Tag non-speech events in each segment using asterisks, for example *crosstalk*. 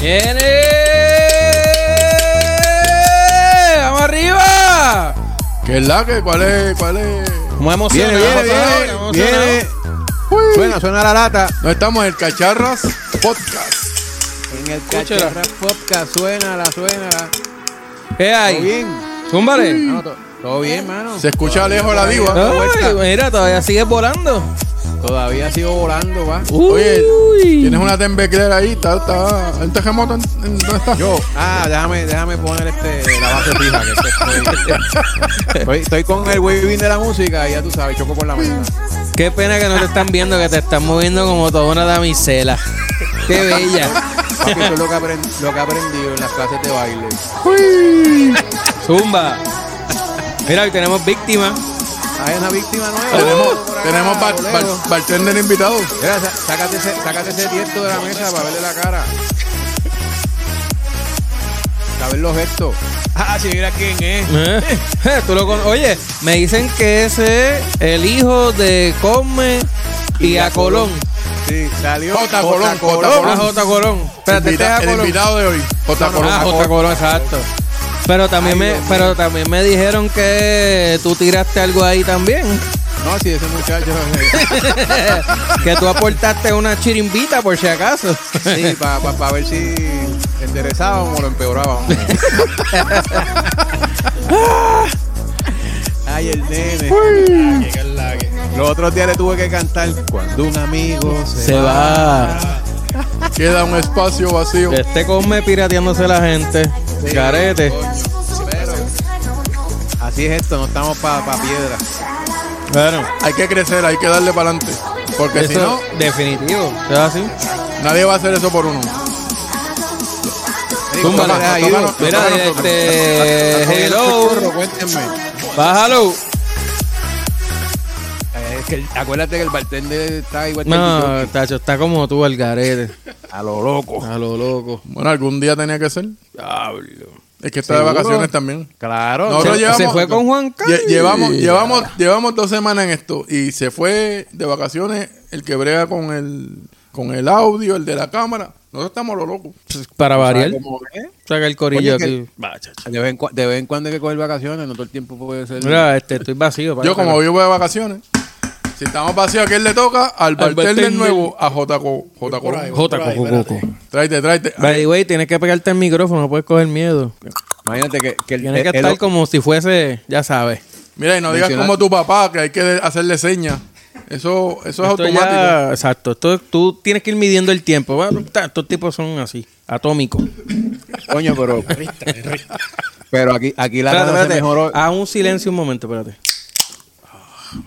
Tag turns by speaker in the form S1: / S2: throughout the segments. S1: ¡Viene! ¡Vamos arriba!
S2: ¿Qué es la que? ¿Cuál es? ¿Cuál es?
S1: Como
S3: Viene,
S1: emocionado,
S3: viene,
S1: emocionado,
S3: viene.
S1: emocionado.
S3: Viene. Suena, suena la lata.
S2: No estamos en el Cacharras Podcast.
S3: En el
S1: Escúchala.
S3: Cacharra Podcast, suena la, suena la.
S1: ¿Qué
S3: ¿Todo
S1: hay?
S3: bien? Mm.
S1: Zúmbale.
S3: Mano, to- todo bien, mano.
S2: Se escucha
S3: Todavía
S2: lejos la
S3: por ahí
S2: diva.
S3: dando
S1: Ay,
S3: vuelta.
S1: mira, todavía sigues volando.
S3: Todavía sigo volando, va.
S2: Oye,
S1: Uy.
S2: tienes una tembeclera ahí. Está, está, ¿El terremoto en- en- dónde está?
S3: Yo, ah, déjame, déjame poner este, la base fija. Que este *laughs* estoy, estoy, estoy con el waving de la música y ya tú sabes, choco por la *laughs* mañana.
S1: Qué pena que no te están viendo, que te están moviendo como toda una damisela. Qué bella.
S3: Papi, eso es lo que, aprend- lo que he aprendido en las clases de baile.
S1: Zumba. Mira, hoy tenemos víctimas.
S3: Hay una víctima nueva.
S2: Tenemos, tenemos bar-
S3: Por acá,
S2: bar-
S3: lejos.
S2: bartender invitado.
S3: Mira, sa- sácate ese, sácate ese tiesto de la mesa para verle la cara. Para ver los gestos. Ah, si mira quién es.
S1: Eh, eh, tú lo con- Oye, me dicen que ese es el hijo de Cosme y a Colón.
S3: Sí, salió.
S2: J. Colón, J.
S1: Ah, J. Colón. Espérate, este es
S2: Invita-
S1: a
S2: el
S1: Colón.
S2: invitado de hoy. J.
S1: Ah,
S2: Colón.
S1: J. Colón, exacto. Pero también,
S3: Ay,
S1: me,
S3: Dios
S1: pero también me dijeron que tú tiraste algo ahí también. *laughs*
S3: No, sí, ese muchacho. eh,
S1: que tú aportaste una chirimbita por si acaso.
S3: Sí, para ver si enderezábamos o lo empeorábamos. *laughs* Ay, el nene. Los otros días le tuve que cantar cuando un amigo se,
S1: Se va.
S2: Queda un espacio vacío.
S1: Este Cosme pirateándose la gente. Carete.
S3: Así es esto, no estamos para piedra.
S1: Bueno,
S2: Hay que crecer, hay que darle para adelante. Porque si no,
S1: eso definitivo. ¿Es así?
S2: nadie va a hacer eso por uno.
S1: Zúmbala.
S3: Tócala,
S2: tócala,
S3: ayuda.
S2: tócala.
S1: Mira, este. Hello.
S3: Cuéntenme.
S1: Bájalo.
S3: Eh, es que el- acuérdate que el bartender está igual que
S1: No, Ah.
S3: el
S1: Tacho, está como tú al garete.
S3: A lo loco.
S1: A lo loco.
S2: Bueno, algún día tenía que ser. Es que está de
S3: ¿Seguro?
S2: vacaciones también.
S3: Claro.
S2: No,
S1: Se-
S2: no, llevamos-
S1: se fue con Juan Carlos.
S2: Lle- Llevamos, llevamos, llevamos dos semanas en esto y se fue de vacaciones el que brega con el, con el audio, el de la cámara. Nosotros estamos lo locos.
S1: Para variar.
S3: Como ves,
S1: Saca el corillo
S3: Oye, que-
S1: aquí.
S3: de, vez en cua- de vez en cuando hay que coger vacaciones, no todo el tiempo puede ser.
S1: Mira, este, estoy vacío.
S2: Yo como
S1: vi
S2: vivo de vacaciones, si estamos vacíos, ¿a quién le toca? Al bartender
S1: bartender.
S2: nuevo, a J. Co- J. Colón.
S1: Jota, coco, coco.
S2: Tráete, tráete.
S1: By the way, tienes que pegarte el micrófono, no puedes coger miedo.
S3: Imagínate que, que el,
S1: Tienes que
S3: el-
S1: estar
S3: el-
S1: como si fuese, ya sabes.
S2: Mira, y no digas
S3: Mencionar-
S2: como tu papá, que hay que de- hacerle señas. Eso, eso es
S1: Esto
S2: automático.
S1: ya- exacto. Esto, tú tienes que ir midiendo el tiempo. Bueno, ta- Estos tipos son así, atómicos.
S3: Coño, pero. pero aquí, aquí la
S1: Espérate,
S3: cosa se
S1: espérate. Ah,
S3: mejoró.
S1: Haz un silencio un momento, espérate.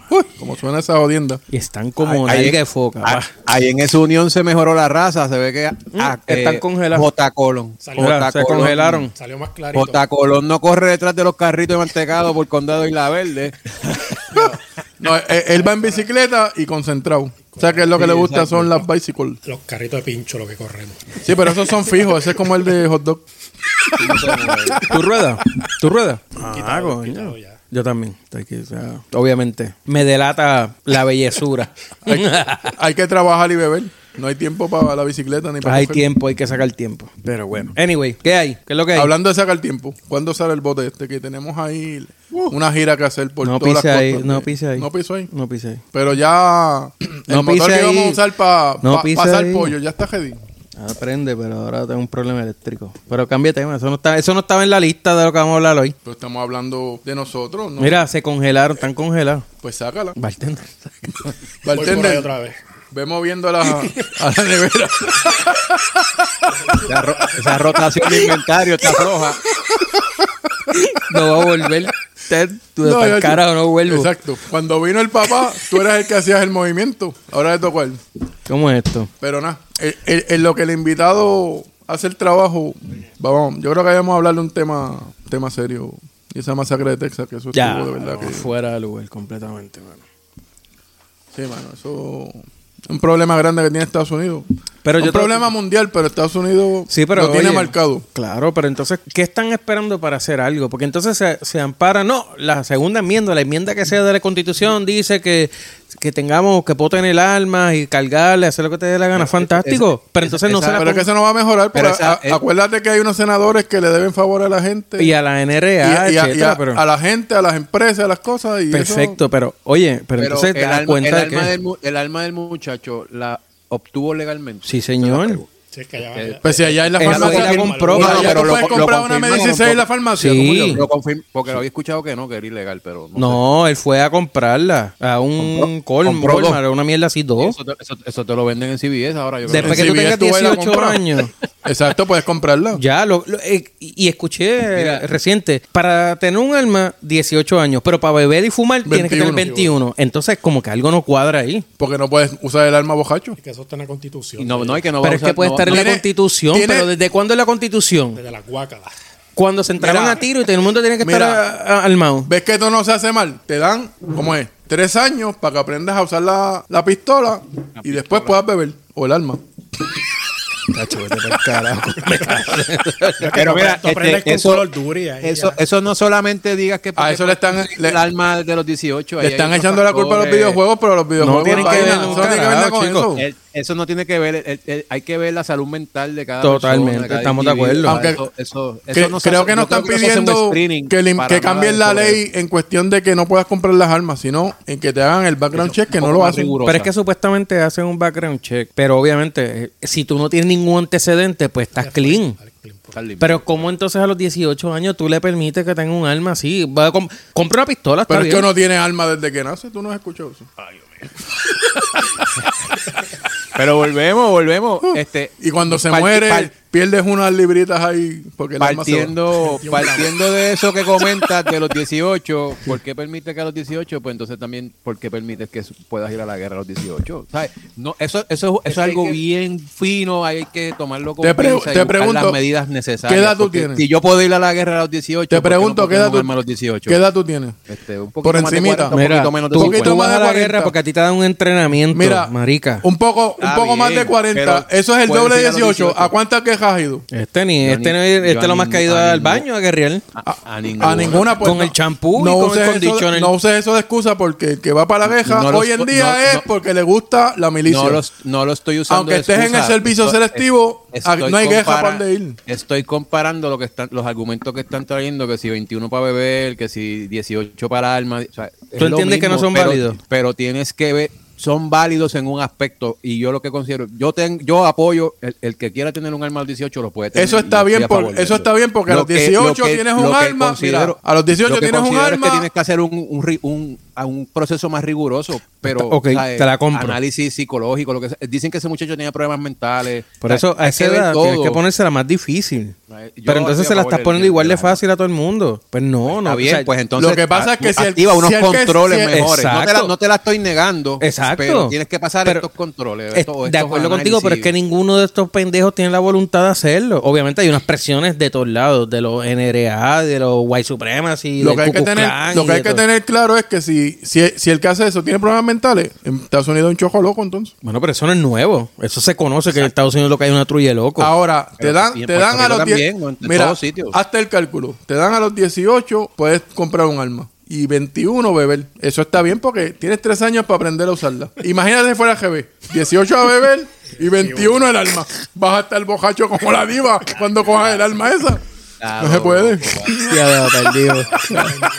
S2: Uy, como suena esa jodienda.
S1: Y están como
S3: Ahí- ah,
S1: nalga de foca.
S3: ahí-
S1: va.
S3: Ahí en esa unión se mejoró la raza. Se ve que ah,
S1: están congelados.
S3: J. Colón.
S1: Mira,
S3: J.
S1: se
S3: Colón. *laughs*
S1: congelaron.
S4: Salió más clarito.
S3: J. Colón no corre detrás de los carritos de mantecado por Condado y la Verde.
S2: No, eh, él va en bicicleta y concentrado. O sea que es lo que le gusta son las bicycles.
S4: Los carritos de pincho, lo que corremos.
S2: Sí, pero esos son fijos. Ese es como el de hot dog.
S1: ¿Tu rueda? ¿Tu rueda? Ah,
S4: Quitado,
S1: coño.
S4: quitado ya.
S1: Yo también. Estoy aquí, o sea, obviamente. Me delata la
S3: *laughs*
S1: bellezura.
S2: Hay, hay que trabajar y beber. No hay tiempo para la bicicleta ni para
S1: hay
S2: coger.
S1: tiempo, hay que sacar tiempo. Pero bueno. Anyway, ¿qué hay? ¿Qué es lo que hay?
S2: Hablando de sacar tiempo, ¿cuándo sale el bote este? Que tenemos ahí una gira que hacer por
S1: no
S2: todas
S1: pise
S2: las
S1: ahí,
S2: costas.
S1: no pise ahí.
S2: No piso ahí.
S1: No pise ahí.
S2: Pero ya el
S1: No pise
S2: motor que
S1: ahí.
S2: vamos a usar para
S1: No pise
S2: pasar
S1: ahí.
S2: pollo ya está ready.
S1: Aprende, pero ahora tengo un problema eléctrico. Pero cambia de tema, eso no, está, eso no estaba en la lista de lo que vamos a hablar hoy.
S2: Pero estamos hablando de nosotros. ¿no?
S1: Mira, se congelaron, están congelados.
S2: Pues sácala.
S1: Bartender.
S4: Voy por ahí
S2: Bartender,
S4: otra vez.
S2: ve moviendo
S1: *laughs*
S2: la, a la nevera.
S3: Esa, ro- esa rotación de inventario está floja.
S1: No va a volver. Ted, tú *laughs* de
S2: yo-
S1: pa'l carajo no vuelvo.
S2: Exacto. Cuando vino el papá, tú eras el que hacías el movimiento. Ahora le tocó a él.
S1: ¿Cómo es esto?
S2: Pero nada, en- en en lo que el invitado hace el trabajo, vamos, yo creo que debemos hablar de un tema, tema serio. Y esa masacre de Texas, que eso
S1: Ya,
S2: estuvo de verdad que...
S1: fuera de lugar completamente, mano.
S2: Sí, mano, eso... Un problema grande que tiene Estados Unidos.
S1: Pero
S2: un
S1: yo te-
S2: problema mundial, pero Estados Unidos
S1: Sí, pero
S2: lo tiene
S1: oye,
S2: marcado.
S1: Claro, pero entonces, ¿qué están esperando para hacer algo? Porque entonces se, se ampara, no, la segunda enmienda, la enmienda que sea de la Constitución dice que, que tengamos, que poten el armas y cargarle, hacer lo que te dé la gana, fantástico. pero entonces pues no
S3: esa-
S1: se la
S2: Pero es que
S1: pon-
S2: eso no va a mejorar.
S3: Pero
S2: porque
S3: esa-
S2: a- acuérdate que hay unos senadores que le deben favor a la gente.
S1: y a la
S2: y-
S1: NRA,
S2: y a- y a-
S1: etcétera, pero-
S2: a la gente, a las empresas, a las cosas. Y eso-
S1: perfecto, pero oye, pero,
S3: Pero
S1: entonces te
S3: el,
S1: das
S3: alma, el
S1: cuenta de
S3: alma
S1: que
S3: del, mu- el alma del muchacho la obtuvo legalmente.
S1: sí, señor.
S4: Sí, es que allá-
S3: Eh,
S2: Pues si allá en la
S1: Eso
S2: farmacia.
S1: ya compró,
S2: Bueno,
S1: pero-
S2: ya
S3: pero
S2: tú
S3: lo-
S2: puedes
S3: lo
S2: comprar una
S3: confirma,
S2: M16 en la
S3: lo-
S2: farmacia.
S1: Sí.
S2: ¿tú
S1: Sí.
S2: Julio?
S3: Lo confirmo, porque lo había escuchado que no, que era ilegal, pero no. sé.
S1: No, él fue a comprarla a un
S3: Compró-
S1: colmo,
S3: compró dos.
S1: una mierda así dos.
S3: Eso te, eso- eso te lo venden en CBS ahora. Yo creo.
S1: Después que
S2: En
S1: tú
S2: CBS
S1: tengas
S2: tú vas y la
S1: 18
S2: compras.
S1: años.
S2: *laughs* Exacto, puedes comprarla.
S1: Ya, lo, lo- eh, y y escuché
S3: Mira.
S1: eh, reciente, para tener un alma, 18 años, pero para beber y fumar tienes que tener
S2: 21.
S1: 21. Entonces, como que algo no cuadra ahí.
S2: Porque no puedes usar el arma bojacho.
S4: es que eso está en la constitución.
S3: Y no, no, y que no va
S1: pero
S3: a
S1: es que
S3: usar-
S1: puede
S3: no-
S1: estar en
S3: no-
S1: la
S2: Tiene-
S1: Constitución,
S2: tiene-
S1: pero ¿desde cuándo es la Constitución?
S4: Desde las guácalas.
S1: Cuando se entraban
S2: Mira.
S1: a tiro y todo el mundo tiene que
S2: Mira.
S1: estar a- a- armado.
S2: ¿Ves que esto no se hace mal? Te dan, ¿cómo es? Tres años para que aprendas a usar la, la pistola y después puedas beber. O el arma.
S3: *laughs*
S4: Pero mira, tú
S5: este,
S4: aprendes con
S5: eso-
S4: color duro y ahí
S5: Eso,
S4: ya.
S5: eso no solamente digas que
S2: A eso le están, le,
S3: el alma de los 18.
S2: le
S3: ahí hay
S2: están
S3: otros
S2: echando la culpa a los
S3: factores.
S2: videojuegos, pero los videojuegos
S1: tienen que
S2: vaina,
S1: ver
S2: eso
S1: un
S2: no tiene que ver nada
S1: carajo,
S2: con
S1: chicos.
S2: eso.
S3: El- Eh, eso no tiene que ver, el- el- hay que ver la salud mental de cada
S1: Totalmente,
S3: persona, de cada
S1: estamos de
S3: individuo.
S2: acuerdo.
S3: Eso- eso-
S2: Que-
S3: eso no se
S2: creo
S3: hace-
S2: que no
S3: yo
S2: están
S3: creo no se hace un
S2: pidiendo
S3: screening
S2: que, lim-
S3: para
S2: que
S3: nada
S2: cambien
S3: de
S2: la
S3: sobre
S2: ley en cuestión de que no puedas comprar las armas, sino en que te hagan el background check, que
S3: un
S2: no
S3: poco
S2: lo
S3: más
S2: hacen.
S3: riguroso.
S1: Pero es que supuestamente hacen un background check. Pero obviamente, eh, si tú no tienes ningún antecedente, pues estás clean.
S3: Está limpio.
S1: Pero ¿cómo entonces a los 18 años tú le permites que tenga un arma así? Va a com- compra una pistola, está
S2: Pero es
S1: bien.
S2: que uno tiene arma desde que nace, tú no has escuchado eso.
S3: Pero volvemos, volvemos. Este,
S2: Uh. Y cuando se
S3: Parti-
S2: muere,
S3: par-
S2: pierdes unas libritas ahí porque el arma se va. *laughs*
S3: partiendo, partiendo de eso que comentas de los 18, ¿por qué permite que a los 18? Pues entonces también, ¿por qué permites que su- puedas ir a la guerra a los 18? ¿Sabes? No, eso, eso, eso es algo bien fino, hay que tomarlo con
S2: Te pre-
S3: pinza y
S2: te
S3: buscar
S2: pregunto,
S3: las medidas necesarias.
S2: ¿qué edad tú
S3: porque
S2: tienes?
S3: Si yo puedo ir a la guerra a los 18,
S2: Te
S3: ¿por qué no
S2: pregunto,
S3: puedo
S2: ¿qué
S3: tener
S2: edad
S3: un
S2: tú-
S3: arma a los 18?
S2: ¿qué edad tú tienes?
S3: Este, un poquito
S2: Por
S3: más de
S2: encimita.
S3: 40, un
S1: Mira,
S3: poquito menos de
S1: tú,
S3: 50.
S1: tú
S2: más
S1: vas
S2: de
S1: a la
S2: 40.
S1: guerra porque a ti te dan un entrenamiento,
S2: Mira,
S1: marica.
S2: un poco, un
S3: Está
S2: poco más de
S3: bien,
S2: 40.
S3: pero
S2: Eso es el
S3: puedes
S2: doble de
S3: ir a los
S2: 18.
S3: 18.
S2: ¿A cuántas quejas has ido?
S1: Este ni,
S3: Yo
S1: este,
S3: ni-
S1: no- este
S3: yo
S1: lo más
S3: ni-
S1: caído
S3: a
S1: al
S3: ningún-
S1: baño a guerrear.
S3: A, a ninguna.
S2: A ninguna pues,
S1: Con el champú y con el
S2: uses eso-
S1: conditioner.
S2: No uses eso de excusa porque el que va para la guerra
S3: No los-
S2: hoy en día
S3: no-
S2: es
S3: no-
S2: porque le gusta la milicia.
S3: No, los, no lo estoy usando.
S2: Aunque
S3: de
S2: estés en
S3: excusa.
S2: el servicio selectivo,
S3: es-
S2: ah, no hay guerra
S3: compara-
S2: para dónde ir.
S3: Estoy comparando lo que están, los argumentos que están trayendo, que si 21 para beber, que si 18 para armas. o sea, es lo
S1: entiendes que no son
S3: pero-
S1: válidos?
S3: Pero tienes que ver, son válidos en un aspecto y yo lo que considero, yo ten, yo apoyo el, el que quiera tener un arma a los 18 lo puede tener.
S2: Eso está
S3: y estoy
S2: bien
S3: a
S2: por-
S3: favor de
S2: eso está bien porque a
S3: Lo
S2: los
S3: que- lo
S2: 18
S3: que-
S2: tienes
S3: lo
S2: un
S3: que
S2: arma, mira, a los 18
S3: lo que
S2: tienes un
S3: considero es
S2: arma.
S3: que tienes que hacer un, un, ri- un- a un proceso más riguroso, pero
S1: Ok,
S3: ¿sabes?
S1: te la compro.
S3: análisis psicológico, lo que sea. dicen que ese muchacho tenía problemas mentales.
S1: Por
S2: Ah,
S3: Hay-
S1: eso a
S3: hay
S1: esa
S3: ver
S1: edad tienes
S3: todo.
S1: que ponérsela más difícil.
S3: Ay, eh, yo
S1: Pero entonces
S3: estoy
S1: se
S3: a
S1: la
S3: favor
S1: estás
S3: del-
S1: poniendo
S3: del-
S1: igual de
S3: del-
S1: fácil a todo el mundo. Pues no, no.
S3: Está
S1: o
S3: bien,
S1: sea,
S3: pues entonces
S2: lo que pasa es que
S3: a-
S2: si el-
S3: activa unos
S2: si el que-
S3: controles
S2: si el-
S3: mejores. No te, la,
S1: Exacto.
S3: no te la estoy negando,
S1: Exacto.
S3: pero tienes que pasar
S1: Pero-
S3: estos controles.
S1: es-
S3: estos-
S1: de
S3: estos
S1: acuerdo contigo,
S3: análisis.
S1: pero es que ninguno de estos pendejos tiene la voluntad de hacerlo. Obviamente hay unas presiones de todos lados, de los NRA, de los White Supremacy,
S2: lo
S1: del
S2: que hay
S1: Ku
S2: que
S1: Klux
S2: tener,
S1: Klan
S2: lo
S1: y
S2: que hay
S1: de
S2: que
S1: todo.
S2: tener claro es que si, si, si el que hace eso tiene problemas mentales, en Estados Unidos es un chojo loco entonces.
S1: Bueno, pero eso no es nuevo. Eso se conoce que en Estados Unidos lo que hay es una trulla de locos.
S2: Ahora, te
S3: Pero
S2: dan,
S3: y en
S2: te
S3: Puerto
S2: dan a
S3: Rico
S2: los
S3: también,
S2: 10.
S3: ¿no? En
S2: Mira,
S3: todos sitios.
S2: hasta el cálculo. Te dan a los 18, puedes comprar un arma. Y 21 beber. Eso está bien porque tienes 3 años para aprender a usarla. Imagínate si fuera GB. 18 a beber y 21 el arma. Vas a estar bojacho como la diva cuando cojas el arma esa.
S3: Claro,
S2: no se puede.
S1: Hostia, de perdido.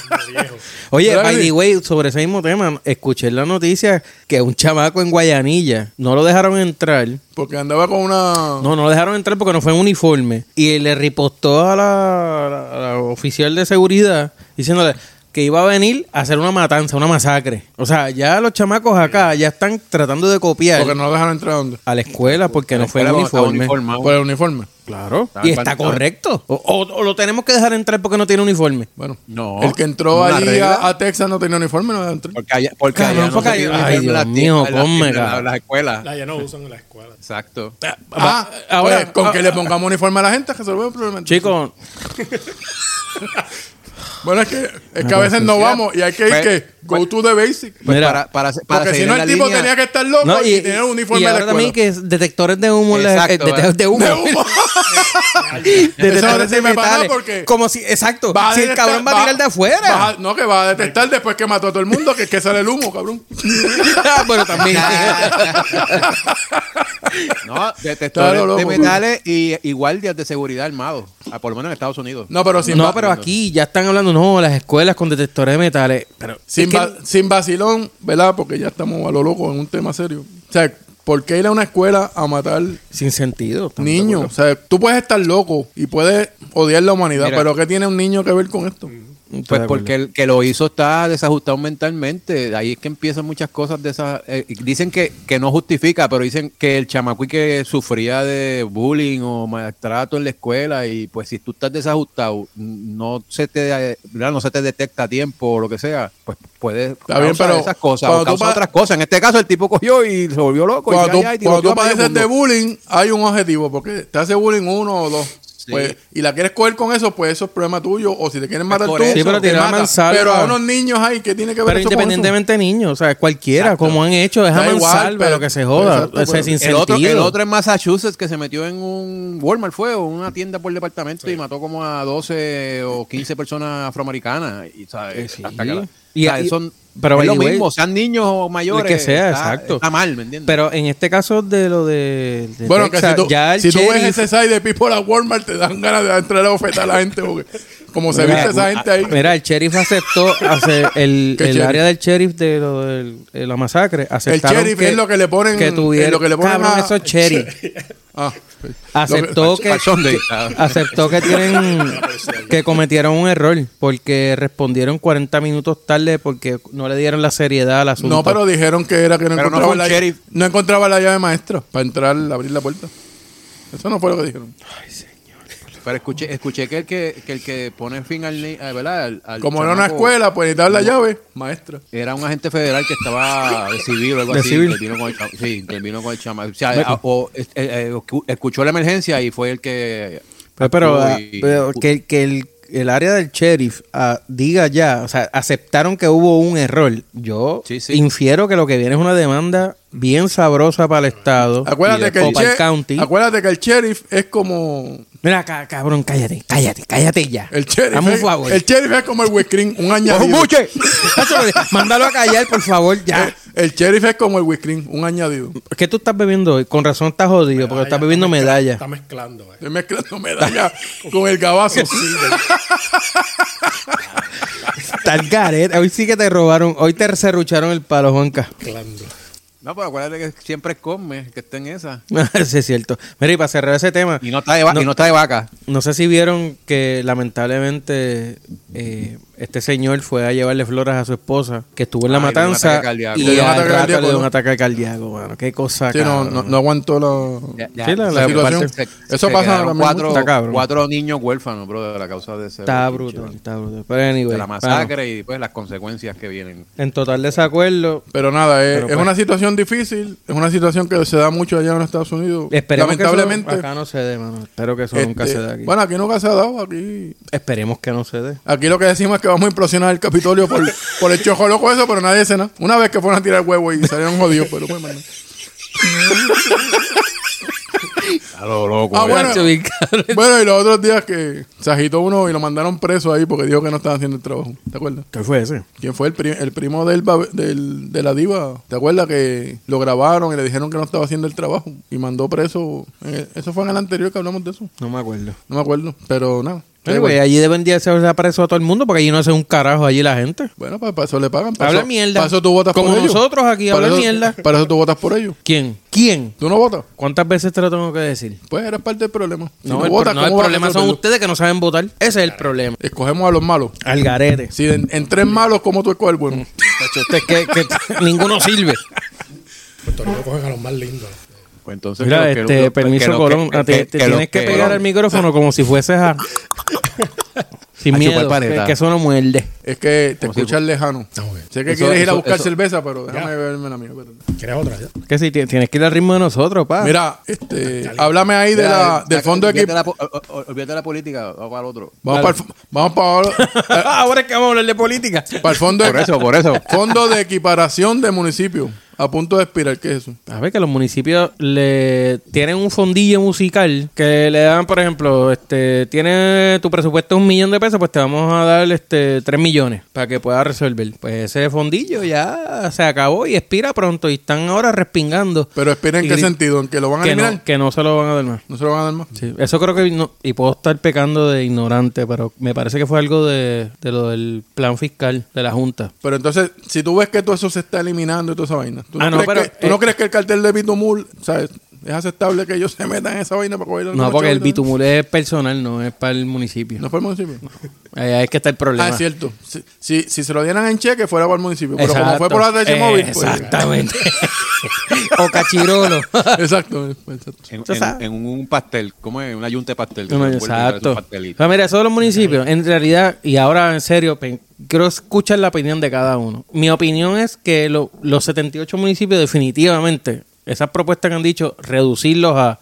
S1: *laughs* Oye,
S2: Dale.
S1: by the way, sobre ese mismo tema, escuché en la noticia que un chamaco en Guayanilla no lo dejaron entrar.
S2: Porque andaba con una.
S1: No, no lo dejaron entrar porque no fue en uniforme. Y le ripostó a la, a la- a la oficial de seguridad diciéndole que iba a venir a hacer una matanza, una masacre. O sea, ya los chamacos acá ya están tratando de copiar
S2: Porque no lo dejaron entrar donde.
S1: a la escuela porque no fue en
S3: Pero estaba
S1: uniforme.
S3: uniformado.
S2: Por el uniforme.
S1: Claro. Y está
S3: Estaban-
S1: correcto. O, o- o lo tenemos que dejar entrar porque no tiene uniforme.
S2: Bueno,
S3: No,
S2: el que entró
S3: una
S2: allí
S3: regla.
S2: a, a Texas no tenía uniforme, no entró.
S3: Porque allá, porque
S1: Cabrón,
S3: allá no
S1: porque
S3: se
S1: allá-
S3: tienen
S1: ay, Dios
S3: las-
S1: mío,
S3: las-
S1: ponme,
S3: las-
S1: cabrón.
S3: las escuelas.
S4: La ya no usan en la escuela.
S3: Exacto.
S2: Ah,
S1: ahora-
S2: oye, con
S1: ah,
S2: que le pongamos uniforme a la gente resolvemos el problema.
S1: Chicos,
S2: Bueno, es que, es que a veces no vamos y hay que ir
S3: Pues-
S2: que Go to the basic.
S3: Pues
S1: Mira,
S3: para, para, para
S2: Porque si
S3: seguir
S2: no,
S3: en
S2: el
S3: la
S2: tipo
S3: línea-
S2: tenía que estar loco
S1: No,
S2: y, tener un uniforme
S1: y
S2: de la
S1: ahora también
S2: escuela.
S1: que es detectores de humo, en la-
S3: Exacto,
S1: eh, detectores de humo, *laughs*
S2: De humo.
S1: detectores
S2: ahora sí
S1: de
S2: me pasa
S1: metales.
S2: porque
S1: como si, exacto,
S2: Va a
S1: si el
S2: detectar-
S1: cabrón va, a tirar de
S2: va
S1: *laughs*
S2: a-
S1: afuera.
S2: no, que va a detectar después que mató a todo el mundo que, que sale el humo, cabrón. *laughs*
S1: bueno, Ah, también. *laughs*
S3: No, detectores
S2: loco,
S3: de
S2: loco.
S3: metales y, y guardias de seguridad armados, ah, por lo menos en Estados Unidos.
S2: No, pero sin,
S1: no,
S2: va-
S1: pero aquí ya están hablando, no, las escuelas con detectores de metales. Pero
S2: sin,
S1: es que-
S2: va- sin vacilón, ¿verdad? Porque ya estamos a lo loco en un tema serio. O sea, ¿por qué ir a una escuela a matar
S1: sin sentido. estamos de
S2: niños? O
S1: acuerdo.
S2: sea, tú puedes estar loco y puedes odiar la humanidad,
S3: Mira.
S2: pero ¿qué tiene un niño que ver con esto?
S1: Estoy
S3: Pues
S1: de acuerdo.
S3: porque el que lo hizo está desajustado mentalmente. Ahí es que empiezan muchas cosas de esas. eh, y dicen que, que no justifica, pero dicen que el chamacuí que sufría de bullying o maltrato en la escuela, y pues si tú estás desajustado, no se te eh, ¿verdad? no se te detecta a tiempo o lo que sea, pues puedes causar
S2: bien, pero
S3: esas cosas
S2: cuando
S3: o
S2: tú
S3: causar
S2: pa-
S3: otras cosas. En este caso, el tipo cogió y se volvió loco. y
S2: Cuando
S3: ya,
S2: tú,
S3: ya, y
S2: cuando tú
S3: tiroteó a medio
S2: padeces de
S3: mundo.
S2: bullying, hay un objetivo, porque te hace bullying uno o dos. Pues, y la quieres coger con eso, pues eso es problema tuyo. O si te quieren matar
S3: por
S2: tú,
S3: eso.
S1: Sí, pero
S2: te
S1: tirar
S2: mata.
S1: mansalva.
S2: Pero a unos niños ahí, ¿qué tiene que ver
S1: Pero
S2: eso con eso?
S1: independientemente de niños, o sea, cualquiera, como han hecho, es
S2: Da
S1: a
S2: igual,
S1: mansalva
S2: pero-
S1: lo que se joda.
S2: Exacto,
S1: o sea,
S2: pero-
S1: sin
S3: El
S1: sentido.
S3: otro, el otro en Massachusetts que se metió en un Walmart fue o una tienda por departamento y mató como a 12 o 15 personas afroamericanas. Y, ¿sabes?
S1: Eh, Sí.
S3: Hasta que la-
S1: Y-
S3: o sea,
S1: y-
S3: son-
S1: pero,
S3: es lo
S1: by the way,
S3: mismo, sean niños o mayores.
S1: el que sea,
S3: está,
S1: exacto.
S3: Está mal, ¿me entiendes?
S1: Pero en este caso de lo de. de
S2: Bueno, que
S1: Texas,
S2: si tú,
S1: ya el
S2: si tú ves
S1: sheriff-
S2: ese side de People at Walmart, te dan ganas de entrar a bofetar a la gente, porque como se
S1: Mira,
S2: viste esa gente ahí.
S1: Mira, el sheriff aceptó hace- el,
S2: *laughs* ¿Qué
S1: el
S2: sheriff?
S1: área del sheriff de, lo del- de la masacre. Aceptaron
S2: sheriff es lo que le ponen-
S1: que tuvieron,
S2: es lo que le ponen
S1: cabrón,
S2: a-
S1: esos sheriff.
S2: *laughs* Ah,
S1: Aceptó que,
S3: Al Sunday, ah.
S1: aceptó que tienen
S2: *laughs*
S1: que cometieron un error porque respondieron 40 minutos tarde porque no le dieron la seriedad al asunto.
S2: no, pero dijeron que era que no,
S3: Pero no
S2: encontraba,
S3: fue un
S2: la,
S3: sheriff.
S2: no encontraba la llave maestra para entrar, abrir la puerta. Eso no fue lo que dijeron.
S3: Pero escuché, escuché que, el que, que el que pone fin al. ni- a- ¿verdad? Al- al
S2: Como era una
S3: chamaco
S2: escuela, pues necesitar la llave maestra.
S3: Era un agente federal que estaba de civil o algo
S1: De
S3: así.
S1: civil.
S3: Que vino con el chama- sí, que vino con el chama. O sea, a- o, eh, eh, escu- escuchó la emergencia y fue el que.
S1: Pero, pero,
S3: actuó
S1: ah,
S3: y-
S1: pero que, que el, el área del sheriff ah, diga ya, o sea, aceptaron que hubo un error. Yo
S3: Sí, sí.
S1: infiero que lo que viene es una demanda bien sabrosa para el Estado
S2: Acuérdate
S1: y-
S2: que,
S1: o
S2: el
S1: para el
S2: che-
S1: county.
S2: acuérdate que el sheriff es como.
S1: Mira, ca- cabrón, cállate, cállate, cállate ya.
S2: El sheriff,
S1: Hazme un
S2: es,
S1: favor.
S2: el sheriff es como el whisky, un añadido.
S1: Mándalo a callar, por favor, ya.
S2: El sheriff es como el whisky, un añadido.
S1: ¿Qué tú estás bebiendo hoy? Con razón estás jodido, porque estás bebiendo medalla.
S4: Está mezclando, eh.
S2: Estoy mezclando medalla con el gabazo.
S1: *laughs* Tal careta. Hoy sí que te robaron, hoy te cerrucharon el palo, Juanca. *laughs*
S4: Mezclando.
S3: No, pero acuérdate que siempre es Cosme, que está en esa.
S1: sí, es cierto. Mira, y para cerrar ese tema,
S3: Y no está de, va-
S1: No.
S3: Y no está de vaca.
S1: No sé si vieron que lamentablemente eh, este señor fue a llevarle flores a su esposa, que estuvo en la
S3: Ah, y le dio un
S1: matanza
S3: ataque cardíaco.
S1: y
S2: Le dio un
S1: al
S2: ataque
S1: rato
S2: cardíaco,
S1: le dio un
S2: ¿no?
S1: ataque cardíaco, mano. Qué cosa,
S2: Sí, no,
S1: cabrón.
S2: no, no aguantó la.
S1: Sí, la- la
S2: situación. Eso pasa
S3: quedaron
S2: ahora mismo.
S3: cuatro,
S1: Está cabrón.
S3: cuatro niños huérfanos, bro, de la causa de ese.
S1: Está
S3: bicho,
S1: brutal, está brutal. Pero anyway,
S3: De la masacre y pues las consecuencias que vienen.
S1: bueno, en total desacuerdo.
S2: Pero nada, es,
S1: Pero
S2: es
S1: pues.
S2: una situación difícil, es una situación que se da mucho allá en los Estados Unidos.
S1: Esperemos
S2: Lamentablemente.
S1: que eso acá no se dé, mano. Espero que eso
S2: este,
S1: nunca se dé aquí.
S2: Bueno, aquí nunca se ha dado, aquí.
S1: Esperemos que no se dé.
S2: Aquí lo que decimos es que vamos a implosionar el Capitolio
S1: *laughs*
S2: por, por el chojo loco eso, pero nadie se nada. Una vez que fueron a tirar huevo y salieron jodidos, pero
S1: *laughs*
S2: pues, mano.
S3: loco.
S2: Ah, bueno.
S1: Nacho, bien cabrón.
S2: Bueno, y los otros días que se agitó uno y lo mandaron preso ahí porque dijo que no estaban haciendo el trabajo. ¿Te acuerdas?
S1: ¿Qué fue ese?
S2: ¿Quién fue el, pri- el primo del, babe- del- de la diva? ¿Te acuerdas que lo grabaron y le dijeron que no estaba haciendo el trabajo? Y mandó preso. eh, eso fue en el anterior que hablamos de eso.
S1: No me acuerdo.
S2: No me acuerdo, pero nada.
S1: Anyway, allí deben de hacerse preso a todo el mundo porque allí no hace un carajo allí la gente.
S2: Bueno, para, eso le pagan. Para
S1: Habla
S2: eso-
S1: mierda.
S2: para eso tú votas
S1: Como
S2: por ellos.
S1: nosotros aquí,
S2: Para
S1: habla
S2: eso-
S1: mierda.
S2: Para eso tú votas por ellos.
S1: ¿Quién? ¿Quién?
S2: ¿Tú no votas?
S1: ¿Cuántas veces te lo tengo que decir?
S2: Pues eres parte del problema. Si
S1: no, el,
S2: votas,
S1: no, el
S2: ¿cómo vas a
S1: problema son
S2: resolverlo?
S1: ustedes que no saben votar. Ese es el problema.
S2: Escogemos a los malos.
S1: Al garete.
S2: Si en, en
S1: Mm.
S2: tres malos, ¿cómo tú escoges el bueno?
S1: Macho, usted que, que *laughs* ninguno sirve.
S4: Puerto Rico cogen a los más lindos.
S3: Pues entonces,
S1: Mira,
S3: creo que-
S1: este,
S3: creo que-
S1: permiso,
S3: que lo que-
S1: Colón.
S3: que-
S1: ah, te, te
S3: que lo
S1: tienes que
S3: que-
S1: *laughs* pegar al micrófono como si fueses a. Sin
S3: A chupar
S1: miedo.
S3: paleta.
S1: Que, que eso no muerde.
S2: Es que te escuchas lejano.
S4: Ah, ok.
S2: Sé que
S3: Eso-
S2: quieres ir a
S3: eso-
S2: buscar
S3: eso-
S2: cerveza, pero déjame verme la mía. espérate.
S4: ¿Quieres otra? Ya?
S1: Que si ti- tienes que ir al ritmo de nosotros, pa.
S2: Mira, este, háblame ahí de la, del fondo de
S3: olvídate
S2: equipo.
S3: la po- o- o- Olvídate de la política, vamos para el otro.
S2: Vamos para el, fo- vamos para,
S1: *laughs* Ahora es que vamos a hablar de política.
S2: para
S1: *laughs*
S2: el fondo de,
S3: Por eso, por eso.
S2: fondo de equiparación de municipios. A punto de expirar, ¿qué es eso?
S1: A ver, que los municipios le tienen un fondillo musical que le dan, por ejemplo, este, tiene tu presupuesto un millón de pesos, pues te vamos a dar este tres millones para que puedas resolver. Pues ese fondillo ya se acabó y expira pronto y están ahora respingando.
S2: Pero expira en
S1: Y
S2: qué
S1: gri-
S2: sentido, en que lo van a
S1: Que
S2: eliminar. Mm.
S1: no, que no se lo van a dar más.
S2: No se lo van a dar más.
S1: Sí, eso creo que no, y puedo estar pecando de ignorante, pero me parece que fue algo de, de lo del plan fiscal de la Junta.
S2: Pero entonces, si tú ves que todo eso se está eliminando y toda esa vaina, ¿tú no,
S1: Ah, no,
S2: crees,
S1: pero,
S2: que, ¿tú no
S1: eh,
S2: crees que el cartel de Bitumul, ¿sabes? Es aceptable que ellos se metan en esa vaina para coger
S1: No, porque el bitumul es personal, no es para el municipio.
S2: No es para el municipio.
S1: Ahí es que está el problema.
S2: Ah, es cierto. Si, si, si se lo dieran en cheque, fuera para el municipio. Pero como
S1: Exacto.
S2: fue por la leche
S1: Eh,
S2: móvil. pues-
S1: Exactamente. o cachirolo.
S2: exacto. eh,
S3: *laughs*
S2: exacto.
S3: En,
S1: Tú
S3: en-
S1: sabes.
S3: en un pastel, ¿cómo es? Una yunta de pastel. que se envuelve y parece un
S1: Exacto.
S3: pastelito.
S1: Ah, mira, eso de los municipios, en realidad, y ahora en serio, pe- quiero escuchar la opinión de cada uno. Mi opinión es que lo- los 78 municipios definitivamente, esas propuestas que han dicho, reducirlos a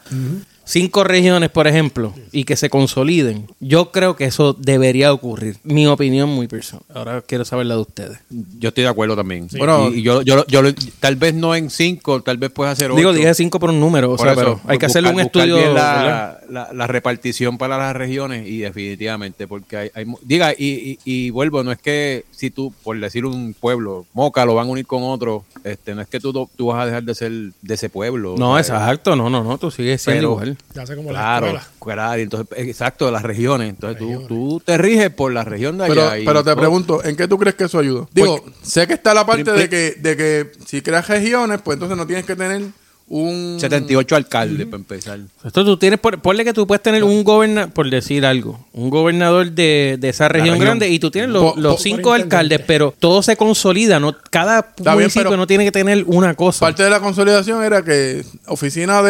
S1: cinco regiones, por ejemplo, y que se consoliden, yo creo que eso debería ocurrir. Mi opinión muy personal. Ahora quiero saber la de ustedes.
S3: Yo estoy de acuerdo también.
S2: Bueno,
S3: y, y yo, yo, yo, lo- tal vez no en cinco, tal vez puedes hacer
S1: Digo,
S3: ocho.
S1: dije cinco por un número, o
S3: Por
S1: sea,
S3: eso,
S1: pero hay que
S3: buscar-
S1: hacerle un
S3: buscar
S1: estudio.
S3: bien
S1: ¿verdad?
S3: la, la- la repartición para las regiones y definitivamente, porque hay... hay mu- diga, y, y- y vuelvo, no es que si tú, por decir un pueblo, Moca, lo van a unir con otro, este no es que tú, do- tú vas a dejar de ser de ese pueblo.
S1: No,
S3: o sea,
S1: exacto, no, no, no, tú sigues siendo
S3: Pero-
S1: igual.
S4: Ya sé cómo la
S3: Claro,
S4: escuela.
S3: claro, y entonces, eh, exacto, las regiones. Entonces tú, tú te riges por la región de allá.
S2: Pero,
S3: y-
S2: pero te
S3: oh,
S2: pregunto, ¿en qué tú crees que eso ayuda? Digo,
S1: Pues,
S2: sé que está la parte
S3: Prim-
S2: de que, de que si creas regiones, pues entonces no tienes que tener un...
S3: 78 alcaldes para empezar.
S1: Esto tú tienes, por- ponle que tú puedes tener un gobernador, por decir algo, un gobernador de, de esa región,
S3: región.
S1: grande y tú tienes los,
S2: Po-
S1: los
S2: po-
S1: cinco alcaldes, pero todo se consolida, no cada
S2: bien,
S1: municipio
S2: pero-
S1: no tiene que tener una cosa.
S2: Parte de la consolidación era que oficina